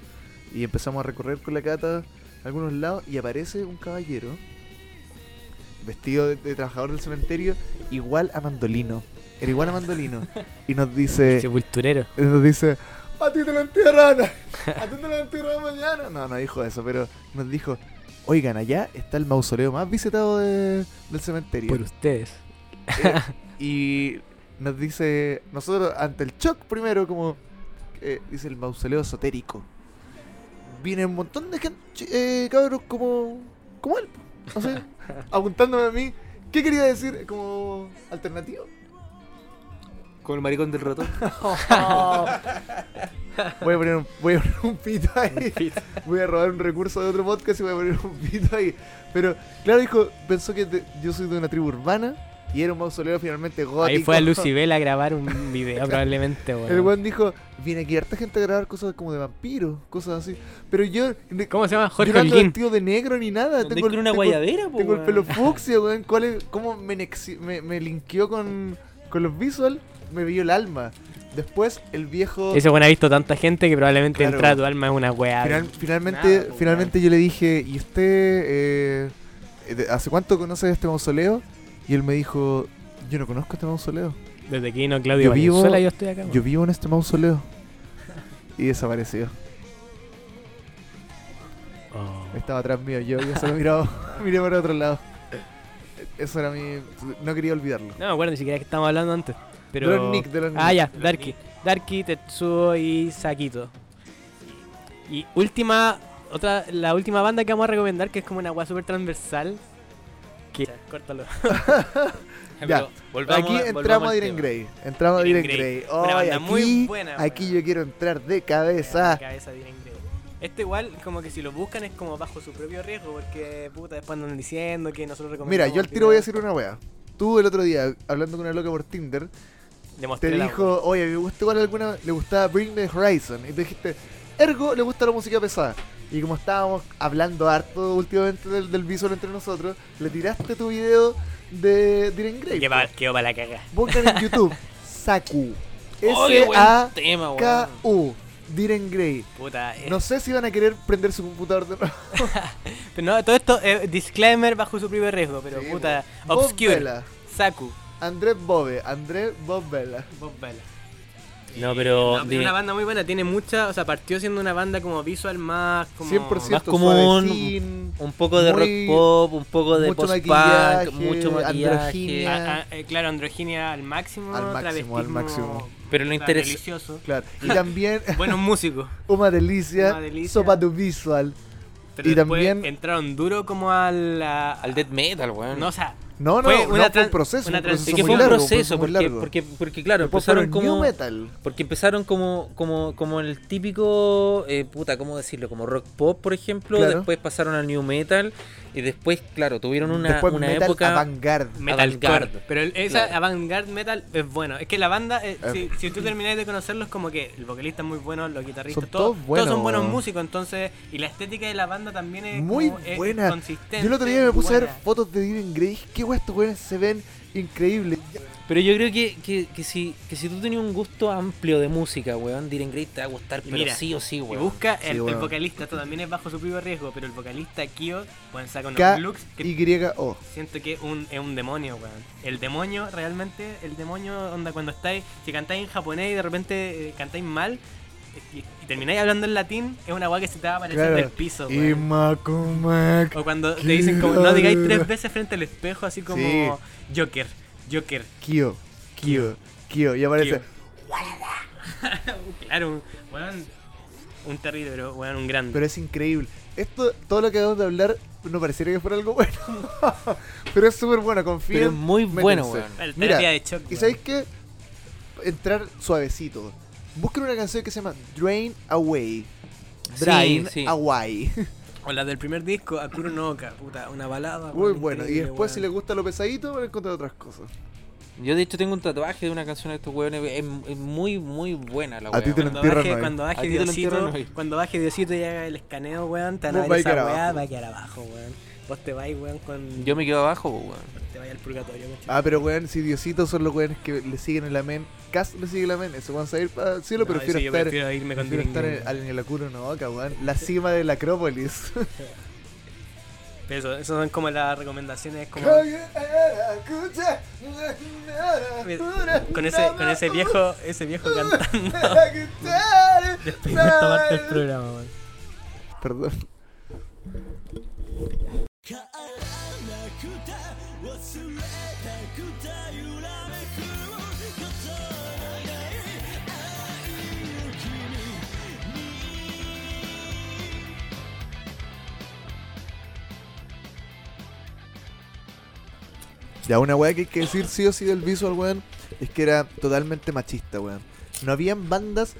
Y empezamos a recorrer con la cata algunos lados y aparece un caballero vestido de, de trabajador del cementerio, igual a Mandolino. Era igual a Mandolino. Y nos dice... Sepulturero. Y nos dice, a ti te lo entierran, a ti te lo entierran mañana. No, no dijo eso, pero nos dijo, oigan, allá está el mausoleo más visitado de- del cementerio. Por ustedes. Y nos dice, nosotros ante el shock primero, como eh, dice el mausoleo esotérico. Viene un montón de gente, chi- eh, cabros como, como él, po. o sea, apuntándome a mí. ¿Qué quería decir como alternativo? Con el maricón del ratón. Voy a poner un, voy a poner un pito ahí. Voy a robar un recurso de otro podcast y voy a poner un pito ahí. Pero, claro, dijo, pensó que te- yo soy de una tribu urbana y era un mausoleo finalmente gótico. Ahí fue a Lucibel a grabar un video probablemente, weón. El weón dijo, viene aquí harta gente a grabar cosas como de vampiros, cosas así. Pero yo, ne- ¿Cómo se llama? yo Jorge no ando Holguín. vestido de negro ni nada. Tengo Tengo, el- una tengo- guayadera, po, tengo el weón. pelo fucsia, weón. ¿Cuál es- ¿Cómo me, nexi- me, me linkeó con, con los visual? Me vio el alma. Después, el viejo... Ese weón ha visto tanta gente que probablemente Claro. entrar a tu alma es una weá. Final- finalmente Nada, pues, finalmente yo le dije, ¿y usted eh, de- hace cuánto conoce este mausoleo? Y él me dijo, yo no conozco este mausoleo. Desde que vino Claudio Yo vivo- Valenzuela yo estoy acá. weón. Yo vivo en este mausoleo. Y desapareció. Oh. Estaba atrás mío, yo, yo solo miraba, miré para otro lado. Eso era mi... No quería olvidarlo. No me acuerdo ni siquiera que estábamos hablando antes. Pero... De los Nick, de los Ah, Nick. ya, Darky. Darky, Tetsuo y Sakito. Y última, otra, la última banda que vamos a recomendar, que es como una weá super transversal. Que... Córtalo. Ya. aquí entramos a Diren Grey. Entramos a Diren Diren Grey. Grey. Oh, Una y banda aquí, muy buena, aquí weón. yo quiero entrar de cabeza. cabeza. bien increíble. Esto igual, como que si lo buscan es como bajo su propio riesgo, porque puta, después andan diciendo que nosotros Mira, recomendamos. yo al tiro voy a decir una wea. Tú el otro día, hablando con una loca por Tinder, te Demostré la dijo, oye, me gusta igual alguna, le gustaba Bring the Horizon. Y te dijiste, ergo, le gusta la música pesada. Y como estábamos hablando harto últimamente del, del visual entre nosotros, le tiraste tu video de Diren wea. Grey. Que va- Quedó para la caga. Buscan en YouTube, Saku. Oh, Oye, buen S-A-K-U. tema, weón. Diren Grey. Puta. eh, No sé si van a querer prender su computador de nuevo. Pero no, todo esto, eh, disclaimer bajo su propio riesgo, pero Sí, pues. puta. Bob Obscure. Vela, Saku. Andrés Bove, Andrés Bob Vela. Bob Vela. No, pero. No, pero de- es una banda muy buena, tiene mucha. O sea, partió siendo una banda como visual más. Como... 100% Más como un- suavecín. un poco de Muy- rock pop, un poco de mucho post maquillaje, punk, mucho maquillaje. androginia. Ah, ah, eh, claro, androginia al máximo. Al máximo, al travestismo, máximo. Pero lo puta, interes- Delicioso. Claro. Y también Buenos músicos. Uma Delicia, Uma Delicia. Sopa tu Visual. Pero Y después también- entraron duro como al, a- Al death metal, weón. No, o sea, No, no, Fue fue, una fue tran- un proceso. una un proceso es transición. que muy fue un largo, proceso, muy porque, largo. porque, porque, claro, Después empezaron fueron como. New Metal. Porque empezaron como, como, como el típico, eh, puta, ¿cómo decirlo? Como rock pop, por ejemplo. Claro. Después pasaron al new metal. Y después, claro, tuvieron una, Después una metal época. avant-garde. metalcore. Avantgarde. Pero el- esa Claro. avant-garde metal es bueno. Es que la banda, eh, Eh. si, si tú termináis de conocerlos, como que el vocalista es muy bueno, los guitarristas, Son todos, todos buenos. todos son buenos músicos. Entonces, y la estética de la banda también es Muy como- es buena. consistente. Yo el otro día me puse a ver buena. fotos de Diren Grey. Qué guay, estos weones se ven increíbles. Pero yo creo que, que, que si, que si tú tenías un gusto amplio de música, weón, Diren Grey te va a gustar, pero Mira, sí o sí, Y weón. busca el, Sí, el bueno. vocalista, esto también es bajo su propio riesgo, pero el vocalista Kyo, bueno, saca unos looks que K-Y-O. Siento que un, es un demonio, weón. El demonio, realmente, el demonio, onda, cuando estáis, si cantáis en japonés y de repente eh, cantáis mal y, y termináis hablando en latín, es una weá que se te va a aparecer Claro. del piso, Y weón. Macumac. O cuando te dicen como, no digáis tres veces frente al espejo, así como Sí. Joker, Joker. Kyo. Kyo. Kyo. Y aparece. Kyo. claro, un, weón, un terrible, pero weón, un Mm. grande. Pero es increíble. Esto, todo lo que acabamos de hablar, no pareciera que fuera algo bueno. pero es súper bueno, confío. Pero es muy bueno, weón. La terapia Mira, de shock. ¿Y weón. sabéis qué? Entrar suavecito. Busquen una canción que se llama Drain Away. Sí, Drain sí. Away. O la del primer disco, Akuro no Oka, puta, una balada. Muy weón, bueno. Y increíble, después, si weón. les gusta lo pesadito, van a encontrar otras cosas. Yo de hecho tengo un tatuaje de una canción de estos hueones. Es, es muy, muy buena la A ti hueá. te lo- weón. Cuando entierran hoy. baje, cuando A baje ti te lo Diosito, entierran hoy. cuando baje Diosito y haga el escaneo, weón, te van Vos a ver vais a esa quedar weá, abajo. va a quedar abajo, weón. Vos te vais, weón, con... Yo me quedo abajo, po, weón. Te vais al purgatorio, muchacho. Ah, pero weón, si Diosito son los weones que le siguen el amén. Cass le sigue el amén. Eso van a ir para el cielo, No, prefiero Ah, sí, yo estar. prefiero irme con Prefiero estar en, en el Akuro no Oka, weón. La cima de la Acrópolis. Pero eso, esas son como las recomendaciones como con ese con ese viejo, ese viejo cantando. Después de esta parte del programa, weón. Perdón. Ya, una weá que hay que decir sí o sí del visual, weón, es que era totalmente machista, weón. No habían bandas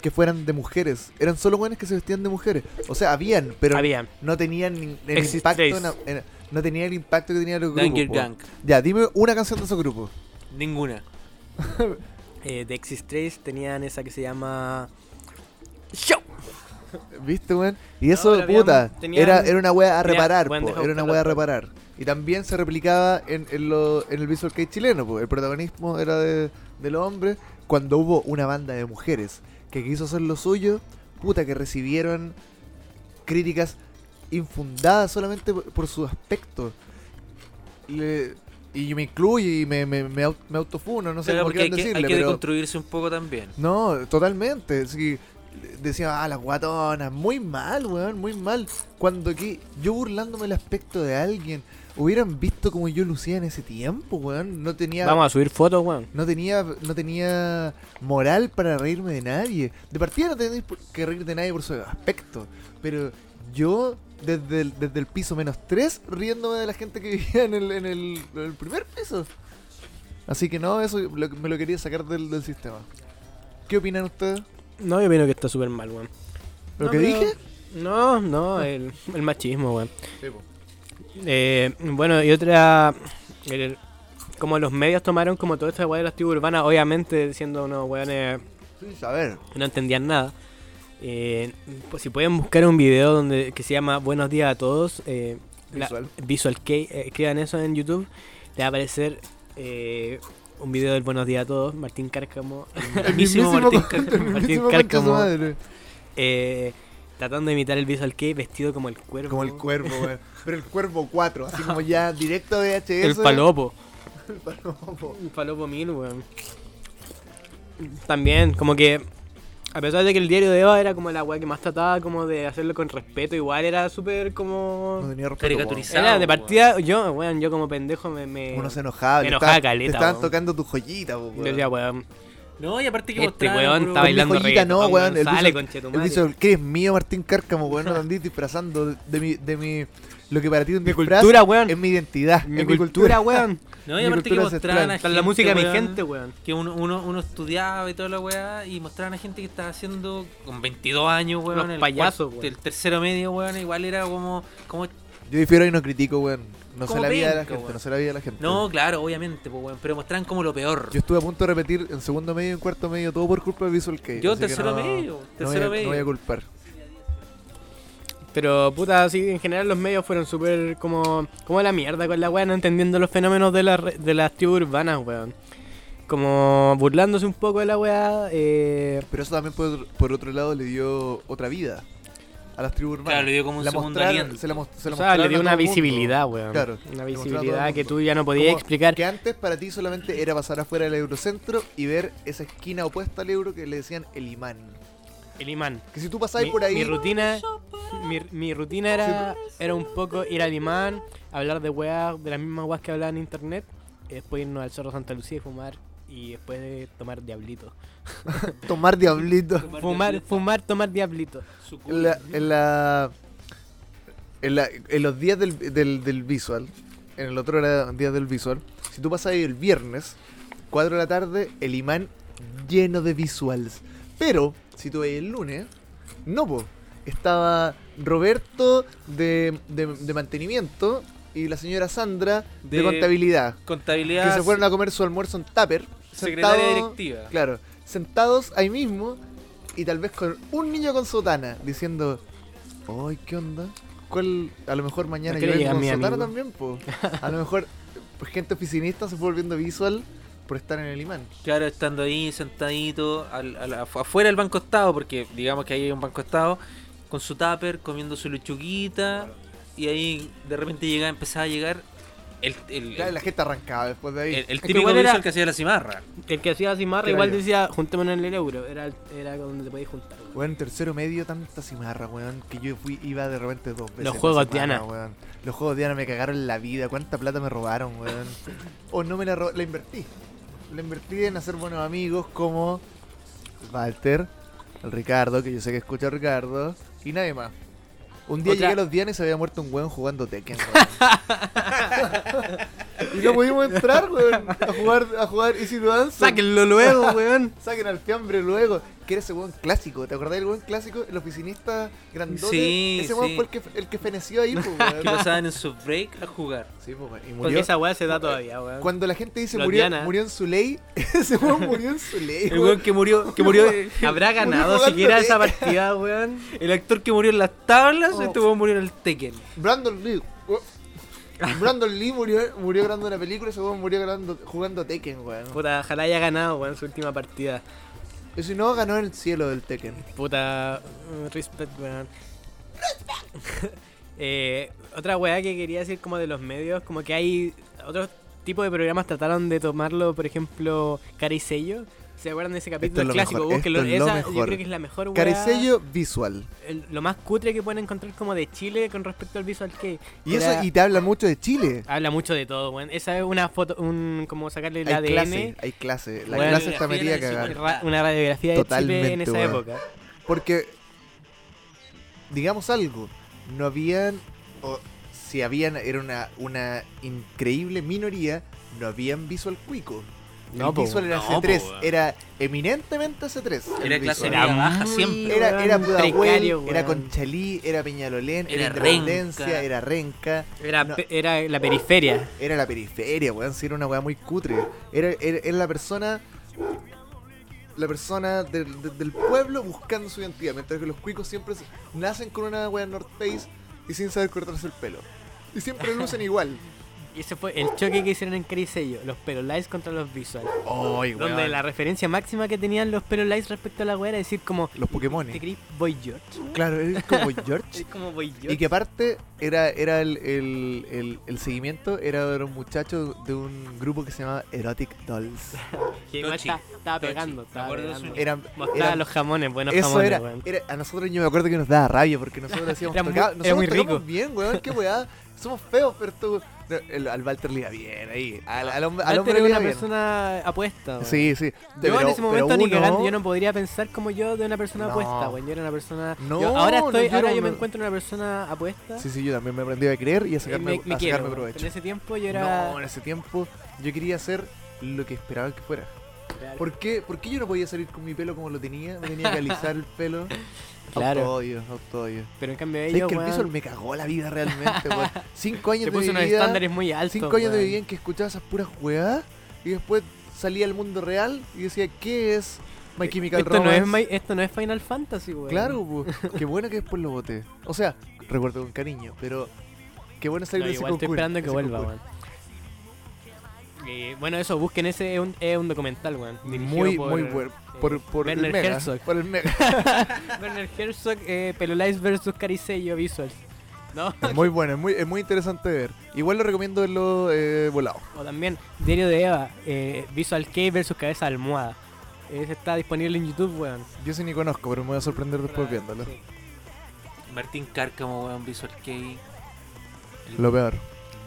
que fueran de mujeres, eran solo weones que se vestían de mujeres. O sea, habían, pero Había. no tenían ni- el Exit impacto Trace. en la- en- no tenía el impacto que tenían los grupos. Danger po. Gang. Ya, dime una canción de esos grupos. Ninguna. Eh, de Exis 3 tenían esa que se llama Show. ¿Viste, weón? Y eso, pero habían- puta, tenían- era, era una weá a tenían- reparar, weón, po, dejó era una buscarla. weá a reparar. Y también se replicaba en, en lo- en el visual case chileno, po. el protagonismo era de, de los hombres cuando hubo una banda de mujeres que quiso hacer lo suyo, puta, que recibieron críticas infundadas solamente por, por su aspecto. Le- y yo me incluyo y me, me, me au- me autofuno, no sé Pero cómo porque hay quieran que, hay decirle, que pero... deconstruirse un poco también. No, totalmente. Sí, decían, ah, las guatonas. Muy mal, weón, muy mal. Cuando aquí, yo burlándome el aspecto de alguien, hubieran visto como yo lucía en ese tiempo, weón. No tenía. Vamos a subir fotos, weón. No tenía, no tenía moral para reírme de nadie. De partida no tenéis por- que reír de nadie por su aspecto. Pero yo, desde el, desde el piso menos 3, riéndome de la gente que vivía en el, en el, en el primer piso. Así que no, eso lo- me lo quería sacar del, del sistema. ¿Qué opinan ustedes? No, yo opino que está súper mal, weón. ¿Lo No, que pero- dije? No, no, el, el machismo, weón. Eh, bueno, y otra. el- como los medios tomaron como toda esta weá de las tribus urbanas, obviamente siendo unos weones Sí, a ver. que no entendían nada. Eh, pues si pueden buscar un video donde que se llama Buenos días a todos, eh, la- Visual. Visual Kei, eh, escriban eso en YouTube, les va a aparecer eh, un video del Buenos días a todos, Martín Cárcamo, el mismo Martín con- Cárcamo, el Martín mismo concha su Cárcamo, madre. eh, tratando de imitar el Visual Kei vestido como el cuervo, Como el cuervo, weón. Pero el cuervo 4, así como ya directo de HS. el palopo. El palopo. Un palopo mil, weón. También, como que. A pesar de que el diario de Eva era como la weá que más trataba como de hacerlo con respeto, igual era súper No como. tenía respeto, Caricaturizado. Era de weón. partida, yo, weón, yo como pendejo me. me Uno se enojaba, le enojaba estaba- caleta, Te estaban weón. tocando tu joyita, po, yo weón. decía, weón, No, y aparte que este mostraban, pues, weón puro- está bailando Mi joyita, reggaetón, no, weón, el sale Visual- con Chetumal. Él dice, que eres mío, Martín Cárcamo, weón, no te andís disfrazando de- de mi, de mi, lo que para ti es un Mi disfraz, cultura, weón. es mi identidad, Mi es cultura, weón. No, y Mi aparte que cultura mostraban a ancestral. Está la gente, música de mi weón, gente, weón. Que uno, uno, uno estudiaba y toda la weá, y mostraban a gente que estaba haciendo con 22 años, weón. Los el payasos, cuarto- weón. El tercero medio, weón, igual era como. como Yo difiero y no critico, weón, no sé Como la vida de la penca, gente, weón. no sé la vida de la gente. no, claro, obviamente, pues, weón, pero mostraban como lo peor. Yo estuve a punto de repetir en segundo medio y en cuarto medio, todo por culpa de Visual K. Yo así que tercero no- no medio, voy a- tercero No voy a medio. culpar. Pero puta, así en general los medios fueron súper como, como la mierda con la weá, no entendiendo los fenómenos de, la re- de las tribus urbanas, weón. Como burlándose un poco de la weá. Eh, Pero eso también, por, por otro lado, le dio otra vida a las tribus urbanas. Claro, le dio como un la segundo mostraron- aliento. Se la, mos- se la o sea, le mostraron dio a una todo el mundo. visibilidad, weón. Claro, una le mostraron a todo visibilidad el que mundo. tú ya no podías Como explicar. Que antes para ti solamente era pasar afuera del Eurocentro y ver esa esquina opuesta al euro que le decían el imán. El imán. Que si tú pasabas Mi, por ahí. mi rutina, mi, mi rutina era, era un poco ir al imán, hablar de weá, de las mismas weas que hablaba en internet, y después irnos al Cerro Santa Lucía y fumar y después de tomar diablito. Tomar diablito. Tomar Fumar, diablito. fumar, tomar diablito. Su culo. En, la- en la- en la- en los días del, del- del visual, en el otro era día del visual, si tú pasas ahí el viernes, 4 de la tarde, el imán lleno de visuals. Pero, si tú veis el lunes, no, po. Estaba Roberto de, de- de mantenimiento y la señora Sandra de, De- contabilidad. Contabilidad. Que se fueron a comer su almuerzo en Tupper. secretaria sentado- directiva. Claro, sentados ahí mismo y tal vez con un niño con sotana diciendo, ¡ay, qué onda! ¿Cuál? A lo mejor mañana ¿A yo qué hora vengo llega con mi sotana amigo? también, po. A lo mejor pues, gente oficinista se fue volviendo visual por estar en el imán. Claro, estando ahí sentadito al- al- afu- afuera del banco estado, porque digamos que ahí hay un banco estado, con su tupper, comiendo su lechuguita, y ahí de repente llega, empezaba a llegar el, el, Claro, la gente arrancaba después de ahí. el- el que típico igual era- visual que hacía la cimarra. El que hacía cimarra Era igual yo. decía, juntémonos en el euro. Era, era donde te podías juntar. weón. Weón, en tercero medio, tanta cimarra, weón, que yo fui, iba de repente dos veces. Los a la juegos semana, Diana. weón. Los juegos Diana me cagaron la vida, cuánta plata me robaron, weón. O no me la robaron, la invertí. La invertí en hacer buenos amigos como Walter, el Ricardo, que yo sé que escucha a Ricardo, y nadie más. Un día Otra- llegué a los Diana y se había muerto un weón jugando Tekken, weón. y no pudimos entrar, weón, a jugar, a jugar Easy to Answer. Sáquenlo luego, weón. Saquen al fiambre luego. Que era ese weón clásico. ¿Te acordás del weón clásico? El oficinista grandote. Sí, ese weón sí. fue el que, el que feneció ahí, pues, Que weón. pasaban en su break a jugar. Sí, pues, weón. Y Porque murió. esa weá se da todavía, weón. Cuando la gente dice Los murió, Diana. murió en su ley, ese weón murió en su ley, El weón que murió, que murió, ¿Habrá ganado jugando siquiera Tekken. esa partida, weón? el actor que murió en las tablas, Oh. este weón murió en el Tekken. Brandon Lee. weón. Brandon Lee murió, murió grabando una película, ese weón murió grabando- jugando Tekken, weón. Puta, ojalá haya ganado, weón, su última partida. Y si no, ganó en el cielo del Tekken. Puta, mm, respect, weón. Eh, otra weá que quería decir como de los medios, como que hay otros tipos de programas trataron de tomarlo, por ejemplo, Cara y Sello. ¿Se acuerdan de ese capítulo es lo clásico? mejor, Búsquenlo. esto es lo Esa yo mejor. creo que es la mejor weá. Caricello visual. el- lo más cutre que pueden encontrar como de Chile con respecto al Visual Kei. Y Era- eso, y te habla mucho de Chile. Habla mucho de todo, weón. Esa es una foto, un como sacarle el Hay ADN. clase, hay clase. La Bueno, clase está la metida a fiera de cagar. Super- ra- una radiografía de Chile en Totalmente, esa weón. época. Porque, digamos algo, no habían, o si habían, era una, una increíble minoría, no habían visual cuico. No, el po, visual era no, C3, po, weón. era eminentemente C3. el Era visual. clase media Era baja muy- siempre. Era, era weón, Pudahuel, precario, era weón. Conchalí, era Peñalolén, era, Era Independencia, Renca. era Renca, Era, No. pe- era la periferia. era la periferia, weón, si era una weá muy cutre. Era, era, era la persona. La persona del, de- del pueblo buscando su identidad, mientras que los cuicos siempre se- nacen con una weá North Face y sin saber cortarse el pelo. Y siempre lucen igual. Y ese fue el choque que hicieron en Caricello, los perolites contra los visuals. Ay, Donde la referencia máxima que tenían los perolites respecto a la weá era decir como, "Este Los Pokémon. ¿te crees Boy George? Claro, es como George. Es como Boy George. Y que aparte era, era el, el, el- el seguimiento, era de un muchacho de un grupo que se llamaba Erotic Dolls. Que igual Tochi, está- estaba Tochi. pegando, Me estaba acuerdo de pegando. su- Eran, Mostraba eran los jamones, buenos Eso jamones, era, weón. era- a nosotros yo me acuerdo que nos daba rabia porque nosotros decíamos, Era muy- "Toca- era nosotros muy tocamos rico". bien, weón, qué weá, somos feos, pero tú... No, el- al Walter le iba bien ahí, al, al hombre, al Walter hombre era le iba una bien. persona apuesta, weón. Sí, sí. Yo en ese momento ni uno- cagando, yo no podría pensar como yo de una persona No. apuesta, weón. Yo era una persona. No, yo- ahora no, estoy, yo ahora no- yo me no. encuentro una persona apuesta. Sí, sí, yo también me aprendí a creer y a y sacarme, me, me a quiero, sacarme weón. provecho. En ese tiempo yo era. No, en ese tiempo yo quería hacer lo que esperaban que fuera. ¿Por qué, ¿Por qué yo no podía salir con mi pelo como lo tenía? Me tenía que alisar el pelo. Claro. Autodio, autodio. Pero en cambio Es ellos, que el weón, visual me cagó la vida realmente, weón. Cinco años se de puso mi unos vida. estándares muy altos. cinco años de weón. vida en que escuchaba esas puras jugadas y después salía al mundo real y decía, ¿qué es My Chemical Eh, Esto no, Romance? es, mi- esto no es Final Fantasy, weón. Claro, po. qué bueno que después lo voté. O sea, recuerdo con cariño, pero qué bueno No, salir de ese igual estoy concurso, esperando que ese vuelva, concurso. weón. Eh, bueno, eso, busquen ese, es un, es un documental, weón. dirigido Muy, por, muy bueno. eh, Por, por el Werner mega, Herzog. por el mega. Werner Herzog, eh, Pelolice vs. Caricello Visuals. ¿No? Es muy bueno, es muy, es muy interesante de ver. Igual lo recomiendo verlo eh, volado. O también Diario de Eva, eh, Visual Kei versus Cabeza de Almohada. Ese está disponible en YouTube, weón. Yo sí ni conozco, pero me voy a sorprender después viéndolo. Sí. Martín Cárcamo, weón, Visual Kei. Lo peor.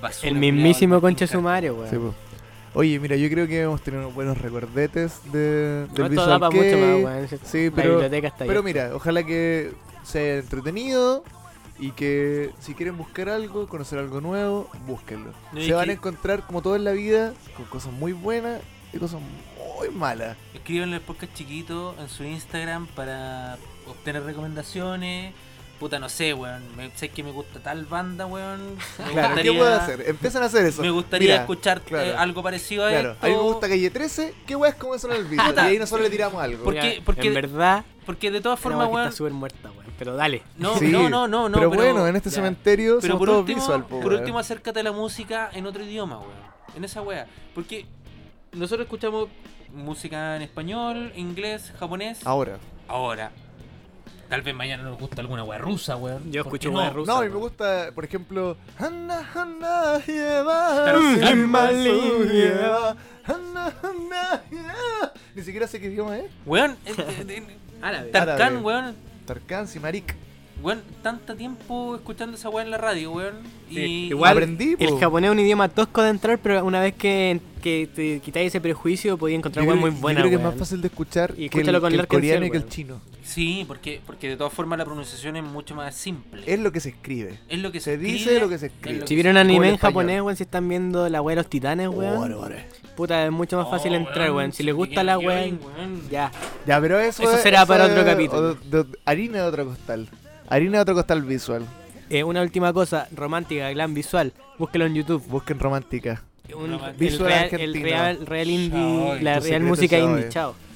basura, El culiao, mismísimo Martín concha Cárcamo. sumario, weón. Sí, po. Oye, mira, yo creo que hemos tenido unos buenos recordetes de, del No, esto pues, Visual da para mucho Kei. más, weón. Sí, La pero, biblioteca está ahí. pero mira, ojalá que sea entretenido y que si quieren buscar algo, conocer algo nuevo, búsquenlo. No, y Se van que- a encontrar, como todo en la vida, con cosas muy buenas y cosas muy malas. Escríbanle al podcast chiquito en su Instagram para obtener recomendaciones. Puta, no sé, weón. Me- sé que me gusta tal banda, weón. Me Claro, ¿qué puedo hacer? Empiezan a hacer eso. Me gustaría Mira, escuchar eh, claro. algo parecido a Claro, esto. a mí me gusta Calle 13, qué weas como eso en el video. y Puta. ahí nosotros le tiramos algo. ¿Por Mira, qué- por qué- En verdad, Porque de todas la formas, weá que weón. está súper muerta, weón. Pero dale. No, Sí, no, no, no, no. pero, bueno, en este ya. cementerio pero somos por todos último, visual, po, por weón. último, acércate a la música en otro idioma, weón. En esa wea. Porque nosotros escuchamos música en español, inglés, japonés. Ahora. Ahora, tal vez mañana nos gusta alguna wea rusa, weón. Yo ¿Por escucho qué wea rusa. No, a mí me gusta, por ejemplo, Hanna Hanna lleva Tarcín el Malú lleva, Hanna, Hanna, lleva. Ni siquiera sé qué idioma es. Weón, eh, eh, eh, Árabe. Árabe. Tarkan, weón. Tarkan, Simarik. Weón, tanto tiempo escuchando esa weá en la radio, weón. Y, Sí, Igual igual aprendí, po. El japonés es un idioma tosco de entrar, pero una vez que, que te quitáis ese prejuicio, podías Yo encontrar creo, weón muy yo buena. creo que es weón. más fácil de escuchar Y que el, escúchalo con que el Larkin coreano Cell, y que el weón. chino. Sí, porque, porque de todas formas la pronunciación es mucho más simple. Es lo que se escribe. Es lo que Se se, dice escribe, lo que se es escribe. Si que vieron se- Como anime el en español. japonés, weón, si están viendo la weá de los titanes, Ore, weón. ore. Puta, es mucho más fácil Oh, entrar, weón. Si les sí, gusta que la yo, weá, weón. ya. Ya, pero eso, Eso es- será para otro es capítulo. o- de- de- harina de otro costal. Harina de otro costal visual. Eh, una última cosa, romántica, glam visual. Búsquelo en YouTube. Busquen romántica. Un- Romántica. el, Visual real, el argentino. real, real indie, Chao, la tu real secreto música chao, eh. indie, chao.